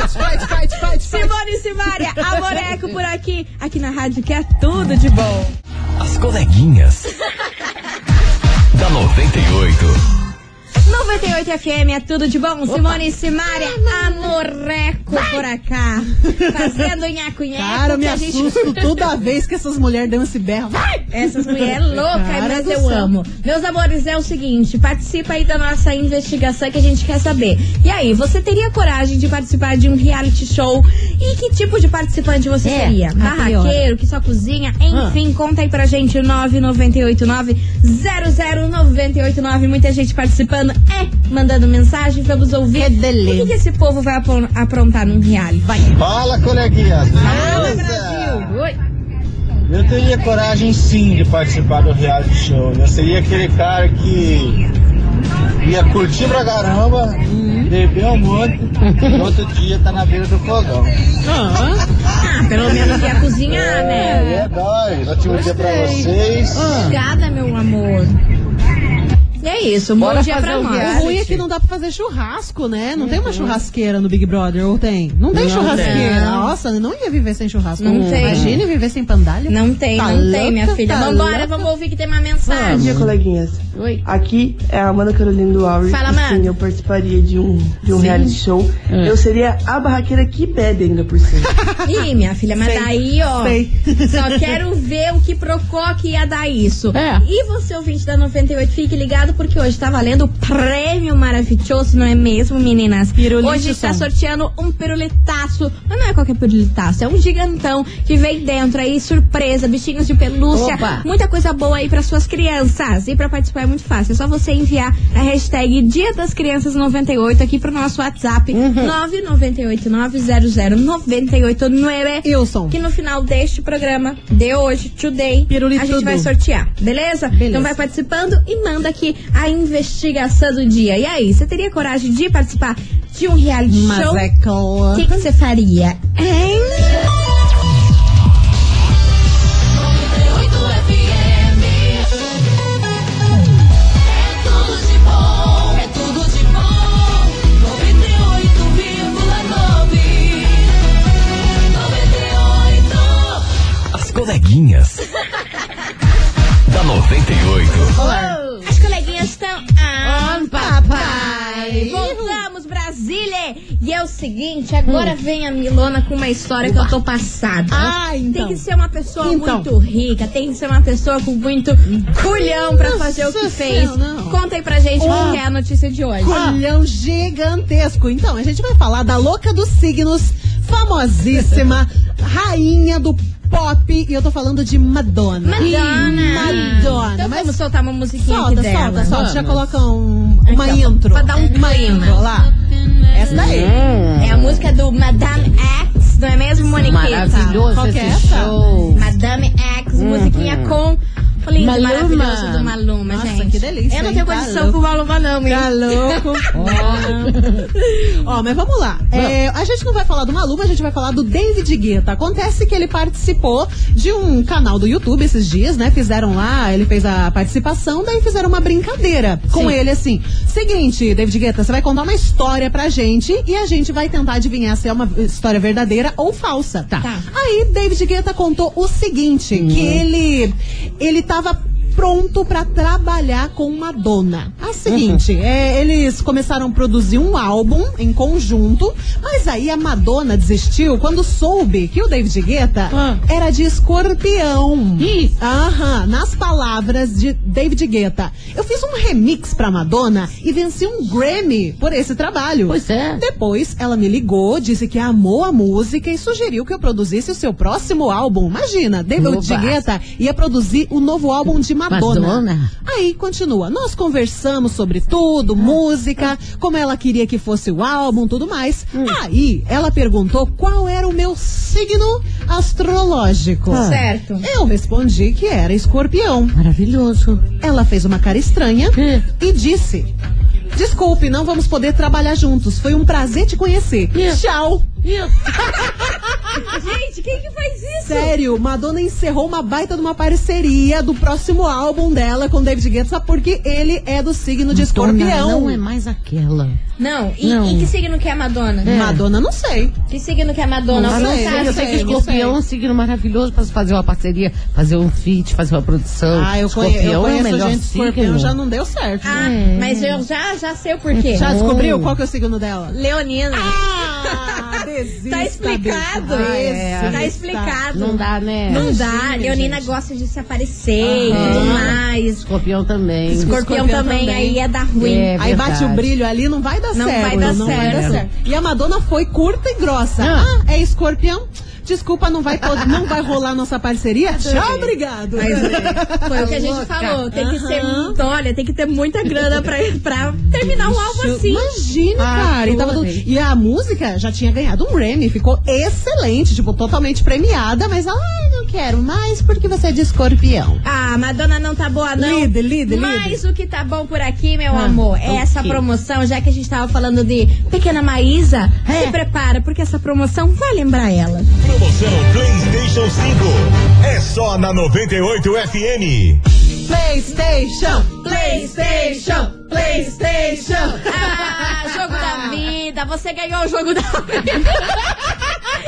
Speaker 4: fight, fight, fight, fight.
Speaker 1: Simone e Simária, a Moreco por aqui. Aqui na rádio que é tudo de bom.
Speaker 5: As coleguinhas. da 98.
Speaker 1: 98 FM é tudo de bom. Simone e Simária, a Moreco por
Speaker 4: [LAUGHS]
Speaker 1: acá. Fazendo nhaco-nhaco.
Speaker 4: Cara, eu me
Speaker 1: que a gente-
Speaker 4: [LAUGHS] assusto toda vez que essas mulheres dão esse berro. Vai!
Speaker 1: Essas mulheres loucas, é
Speaker 4: Cara
Speaker 1: mas
Speaker 4: do
Speaker 1: eu
Speaker 4: céu.
Speaker 1: amo. Meus amores, é o seguinte, participa aí da nossa investigação que a gente quer saber. E aí, você teria coragem de participar de um reality show? E que tipo de participante você
Speaker 13: É,
Speaker 1: seria?
Speaker 13: a
Speaker 1: Barraqueiro, que só cozinha? Enfim, conta aí pra gente, 9989-00989. Muita gente participando, é, mandando mensagem, vamos ouvir. Que delícia. O que, que esse povo vai apron- aprontar num reality? Vai.
Speaker 14: Fala, coleguinhas.
Speaker 1: Fala,
Speaker 14: Beleza?
Speaker 1: Brasil. Oi.
Speaker 14: Eu teria coragem sim de participar do reality show. Eu seria aquele cara que ia curtir pra caramba, beber um monte e outro dia tá na beira do fogão.
Speaker 1: Ah, pelo menos ia cozinhar, né?
Speaker 14: É nóis. Ótimo dia pra vocês.
Speaker 1: Obrigada, meu amor. E é isso, um bom
Speaker 3: Bora
Speaker 1: dia
Speaker 3: fazer
Speaker 1: pra
Speaker 3: um
Speaker 1: nós.
Speaker 4: O ruim é que não dá pra fazer churrasco, né? Não tem uma churrasqueira no Big Brother, ou tem? Não tem
Speaker 1: Não
Speaker 4: churrasqueira.
Speaker 1: tem.
Speaker 4: Nossa, eu não ia viver sem churrasco.
Speaker 1: Não tem.
Speaker 4: Imagine viver sem pandalha.
Speaker 1: Não tem,
Speaker 4: Tá
Speaker 1: não tem, minha
Speaker 4: louca,
Speaker 1: filha.
Speaker 4: tá
Speaker 1: Vambora,
Speaker 4: louca.
Speaker 1: vamos ouvir que tem uma
Speaker 15: Bom dia,
Speaker 1: mensagem.
Speaker 15: coleguinhas.
Speaker 1: Oi.
Speaker 15: Aqui é a Amanda Carolina do Auri.
Speaker 1: Fala,
Speaker 15: E
Speaker 1: Amanda.
Speaker 15: Sim, eu participaria de um, de um
Speaker 1: Sim.
Speaker 15: reality show.
Speaker 1: É.
Speaker 15: Eu seria a barraqueira que bebe ainda por cima.
Speaker 1: Ih, minha filha, mas
Speaker 15: Sei,
Speaker 1: daí, ó.
Speaker 4: [LAUGHS]
Speaker 15: sei.
Speaker 1: Só quero ver o que Procó que ia dar isso.
Speaker 3: É.
Speaker 1: E você, ouvinte da 98, fique ligado porque hoje tá valendo o prêmio maravilhoso, não é mesmo, meninas?
Speaker 4: Pirulito
Speaker 1: hoje está
Speaker 4: som.
Speaker 1: sorteando um pirulitaço. Mas não é qualquer pirulitaço, é um gigantão que vem dentro aí, surpresa, bichinhos de pelúcia.
Speaker 3: Opa.
Speaker 1: Muita coisa boa aí para suas crianças. E para participar é muito fácil, é só você enviar a hashtag Dia das Crianças 98 aqui pro nosso WhatsApp
Speaker 3: Uhum.
Speaker 1: 998900989.
Speaker 4: Wilson.
Speaker 1: Que no final deste programa de hoje, today,
Speaker 4: Pirulito
Speaker 1: a gente vai
Speaker 4: do.
Speaker 1: sortear, beleza? Então vai participando e manda aqui a investigação do dia. E aí, você teria coragem de participar de um reality
Speaker 4: Mas
Speaker 1: show?
Speaker 4: é
Speaker 1: O
Speaker 4: claro.
Speaker 1: que que você faria? Hein?
Speaker 5: As coleguinhas. da 98.
Speaker 1: As coleguinhas estão. Ah,
Speaker 3: On,
Speaker 1: papai! Voltamos, Brasília! E é o seguinte, agora vem a Milona com uma história que eu tô passada.
Speaker 4: Hum. Ah, então.
Speaker 1: Tem que ser uma pessoa
Speaker 4: Então.
Speaker 1: muito rica, tem que ser uma pessoa com muito culhão pra fazer o que
Speaker 4: Nossa
Speaker 1: fez.
Speaker 4: Senhora, não.
Speaker 1: Conta aí pra gente qual
Speaker 4: Ah.
Speaker 1: que é a notícia de hoje.
Speaker 4: Colhão gigantesco. Então, a gente vai falar da louca dos signos, famosíssima, rainha do pop e eu tô falando de Madonna.
Speaker 1: Madonna!
Speaker 4: Ih, Madonna!
Speaker 1: Então vamos soltar uma musiquinha
Speaker 4: Solta,
Speaker 1: aqui dela.
Speaker 4: solta, solta. Já
Speaker 1: Vamos.
Speaker 4: coloca um, uma
Speaker 1: Aqui, ó,
Speaker 4: intro.
Speaker 1: Pra dar um
Speaker 4: uma
Speaker 1: clima.
Speaker 4: intro lá. Essa daí.
Speaker 1: É a música do Madame X, não é mesmo, Moniquita?
Speaker 3: Maravilhoso
Speaker 1: Qual que é
Speaker 3: esse
Speaker 1: essa?
Speaker 3: show.
Speaker 1: Madame X, musiquinha com... o Lindo,
Speaker 3: Uhum. Maluma.
Speaker 1: maravilhoso do Maluma,
Speaker 4: Nossa,
Speaker 1: gente.
Speaker 4: que delícia,
Speaker 1: Eu não
Speaker 4: hein?
Speaker 1: tenho
Speaker 4: Tá
Speaker 1: condição com o Maluma, não, hein?
Speaker 4: Tá louco. Ó, [LAUGHS] mas vamos lá. É, a gente não vai falar do Maluma, a gente vai falar do David Guetta. Acontece que ele participou de um canal do YouTube esses dias, né? Fizeram lá, ele fez a participação, daí fizeram uma brincadeira com
Speaker 3: Sim.
Speaker 4: ele assim. Seguinte, David Guetta, você vai contar uma história pra gente e a gente vai tentar adivinhar se é uma história verdadeira ou falsa. Tá. Hum. Aí David Guetta contou o seguinte, que ele ele tava pronto pra trabalhar com Madonna. A seguinte, é, eles começaram a produzir um álbum em conjunto, mas aí a Madonna desistiu quando soube que o David Guetta era de escorpião. Aham, nas palavras de David Guetta. Eu fiz um remix pra Madonna e venci um Grammy por esse trabalho. Pois é. Depois ela me ligou, disse que amou a música e sugeriu que eu produzisse o seu próximo álbum. Imagina, David
Speaker 3: Oba.
Speaker 4: Guetta tá? ia produzir o novo álbum de Madonna.
Speaker 3: Madonna.
Speaker 4: Aí continua. Nós conversamos sobre tudo, música, como ela queria que fosse o álbum, tudo mais. Aí ela perguntou qual era o meu signo astrológico.
Speaker 1: Ah. Certo.
Speaker 4: Eu respondi que era escorpião. Maravilhoso. Ela fez uma cara
Speaker 3: Hum.
Speaker 4: estranha e disse: Desculpe, não vamos poder trabalhar juntos. Foi um prazer te conhecer.
Speaker 3: É.
Speaker 4: Tchau.
Speaker 1: Ah, Gente, quem que faz isso?
Speaker 4: Sério, Madonna encerrou uma baita de uma parceria do próximo álbum dela com David Guetta, só porque ele é do signo de escorpião.
Speaker 3: Não é mais aquela.
Speaker 1: Não, e,
Speaker 3: Não.
Speaker 1: e que signo que é a Madonna?
Speaker 3: É. Madonna,
Speaker 4: não sei.
Speaker 1: Que signo que é a Madonna?
Speaker 3: Ah,
Speaker 1: Algum
Speaker 3: não sei,
Speaker 1: caso
Speaker 3: eu sei que
Speaker 1: aí?
Speaker 3: escorpião é um signo maravilhoso pra se fazer uma parceria, fazer um feat, fazer uma produção.
Speaker 4: Ah, eu conhe- eu
Speaker 3: escorpião é o
Speaker 4: conheço
Speaker 3: melhor
Speaker 4: gente,
Speaker 3: signo.
Speaker 4: escorpião já não deu certo.
Speaker 1: Ah,
Speaker 4: É.
Speaker 1: mas eu já, já sei o porquê.
Speaker 4: Já descobriu qual que é o signo dela?
Speaker 1: Leonina.
Speaker 4: Ah,
Speaker 1: tá explicado.
Speaker 4: besta. Ah, é,
Speaker 1: Tá
Speaker 4: besta.
Speaker 1: explicado.
Speaker 3: Não dá, né?
Speaker 1: Não dá.
Speaker 3: Imagina,
Speaker 1: é, Leonina gosta de se aparecer e
Speaker 3: Aham.
Speaker 1: tudo mais.
Speaker 3: Escorpião também.
Speaker 1: Escorpião, também, aí é da ruim.
Speaker 3: É
Speaker 4: Aí bate
Speaker 3: verdade.
Speaker 4: o brilho ali, não vai dar
Speaker 1: Não
Speaker 4: certo.
Speaker 1: vai dar
Speaker 4: não vai
Speaker 1: certo.
Speaker 4: dar certo. E a Madonna foi curta e grossa. Ah, é escorpião? Desculpa, não vai, pod- não vai rolar nossa parceria? Tchau, obrigado.
Speaker 1: Mas, é, foi o que a gente falou. Tem que ser
Speaker 4: Aham.
Speaker 1: muito. Olha, tem que ter muita grana pra, pra terminar um álbum assim.
Speaker 4: Imagina,
Speaker 1: Ah,
Speaker 4: cara. E, tava
Speaker 1: tudo.
Speaker 4: tudo- e a música já tinha ganhado um Grammy, ficou excelente, tipo, totalmente premiada, mas ela, ai, não quero mais porque você é de escorpião.
Speaker 1: Ah, Madonna não tá boa, não.
Speaker 4: Líder, líder,
Speaker 1: Mas o que tá bom por aqui, meu
Speaker 4: Ah,
Speaker 1: amor, é
Speaker 4: o
Speaker 1: essa
Speaker 4: quê?
Speaker 1: promoção, já que a gente tava falando de Pequena Maísa,
Speaker 4: É.
Speaker 1: se prepara, porque essa promoção vai lembrar ela.
Speaker 2: Promoção PlayStation 5. É só na 98 FM.
Speaker 4: PlayStation, PlayStation, PlayStation.
Speaker 1: Ah, jogo da vida, você ganhou o jogo da vida.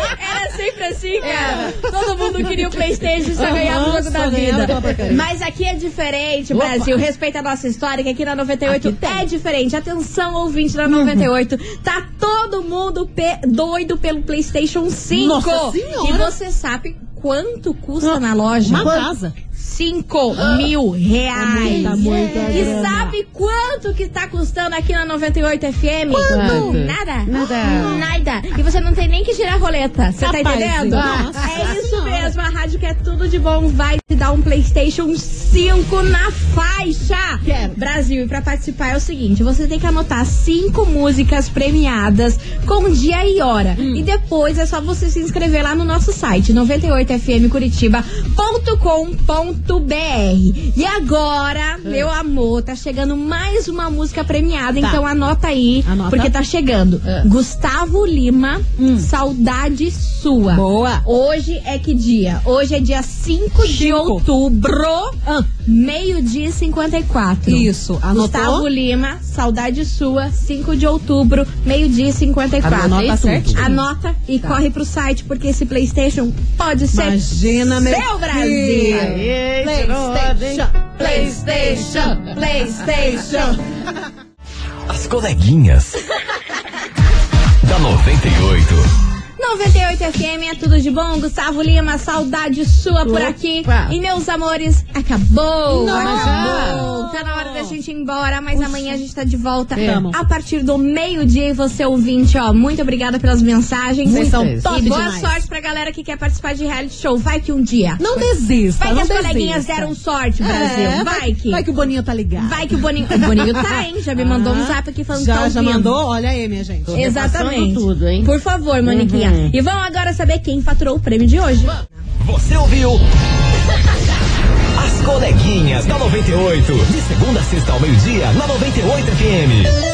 Speaker 1: Era sempre assim, cara. Todo mundo queria o Playstation, só
Speaker 4: Aham,
Speaker 1: ganhava o jogo
Speaker 4: só
Speaker 1: da
Speaker 4: ganhava
Speaker 1: vida.
Speaker 4: aquela porcaria.
Speaker 1: Mas aqui é diferente,
Speaker 4: Opa.
Speaker 1: Brasil. Respeita a nossa história, que aqui na 98 é diferente. Atenção, ouvinte da 98. Tá todo mundo pe- doido pelo Playstation 5.
Speaker 4: Nossa Senhora. Ah.
Speaker 1: E você sabe quanto custa na loja?
Speaker 4: Uma casa.
Speaker 1: 5 mil reais.
Speaker 4: É muita, muita
Speaker 1: e
Speaker 4: grana.
Speaker 1: sabe quanto que tá custando aqui na 98 FM?
Speaker 4: Quanto?
Speaker 1: Nada.
Speaker 3: Nada.
Speaker 1: Nada. E você não tem nem que girar a roleta. Você tá
Speaker 4: Capaz,
Speaker 1: entendendo?
Speaker 4: hein? Nossa
Speaker 1: é isso mesmo. A rádio que é tudo de bom vai te dar um PlayStation 5 na faixa.
Speaker 4: Quero.
Speaker 1: Brasil, e pra participar é o seguinte: você tem que anotar cinco músicas premiadas com dia e hora.
Speaker 4: Hum.
Speaker 1: E depois é só você se inscrever lá no nosso site, 98fmcuritiba.com.br. E
Speaker 4: Ah.
Speaker 1: agora, meu amor, tá chegando mais uma música premiada, então anota aí,
Speaker 4: Tá. Anota. Ah. Hum.
Speaker 1: porque tá chegando. Gustavo Lima, Saudade Sua.
Speaker 4: Boa.
Speaker 1: Hoje é que dia? Hoje é dia 5 de outubro, meio-dia e 54.
Speaker 4: Ah. Isso, anotou?
Speaker 1: Gustavo Lima, Saudade Sua, 5 de outubro, meio-dia e 54.
Speaker 4: Anota Tá.
Speaker 1: Isso.
Speaker 4: certinho.
Speaker 1: Anota e corre pro site, porque esse Playstation pode ser
Speaker 4: Imagina, meu
Speaker 1: seu Brasil.
Speaker 4: filho. Aê, tirou onda, hein?
Speaker 1: Playstation, Playstation.
Speaker 16: As coleguinhas. da 98.
Speaker 1: 98 FM, é tudo de bom. Gustavo Lima, saudade sua por aqui. E meus amores, acabou.
Speaker 3: Não,
Speaker 1: acabou.
Speaker 3: já.
Speaker 1: Tá na hora da gente ir embora, mas amanhã a gente tá de volta
Speaker 3: Tamo.
Speaker 1: a partir do meio-dia. E você ouvinte, ó, muito obrigada pelas mensagens.
Speaker 3: Vocês são top
Speaker 1: E boa
Speaker 3: demais.
Speaker 1: sorte pra galera que quer participar de reality show. Vai que um dia.
Speaker 4: Não desista,
Speaker 1: Vai que
Speaker 4: não
Speaker 1: as coleguinhas
Speaker 4: desista.
Speaker 1: deram sorte, Brasil.
Speaker 4: É,
Speaker 1: vai que.
Speaker 4: Vai que o Boninho tá ligado.
Speaker 1: Vai que o Boninho. O Boninho tá, hein? Já me mandou um zap aqui falando que tá
Speaker 4: Já, já
Speaker 1: ouvindo.
Speaker 4: mandou? Olha aí, minha gente.
Speaker 1: Exatamente. Por favor, Maniquinha.
Speaker 4: Uhum.
Speaker 1: E vamos agora saber quem faturou o prêmio de hoje.
Speaker 2: Você ouviu? As coleguinhas da 98. De segunda a sexta ao meio-dia, na 98 FM.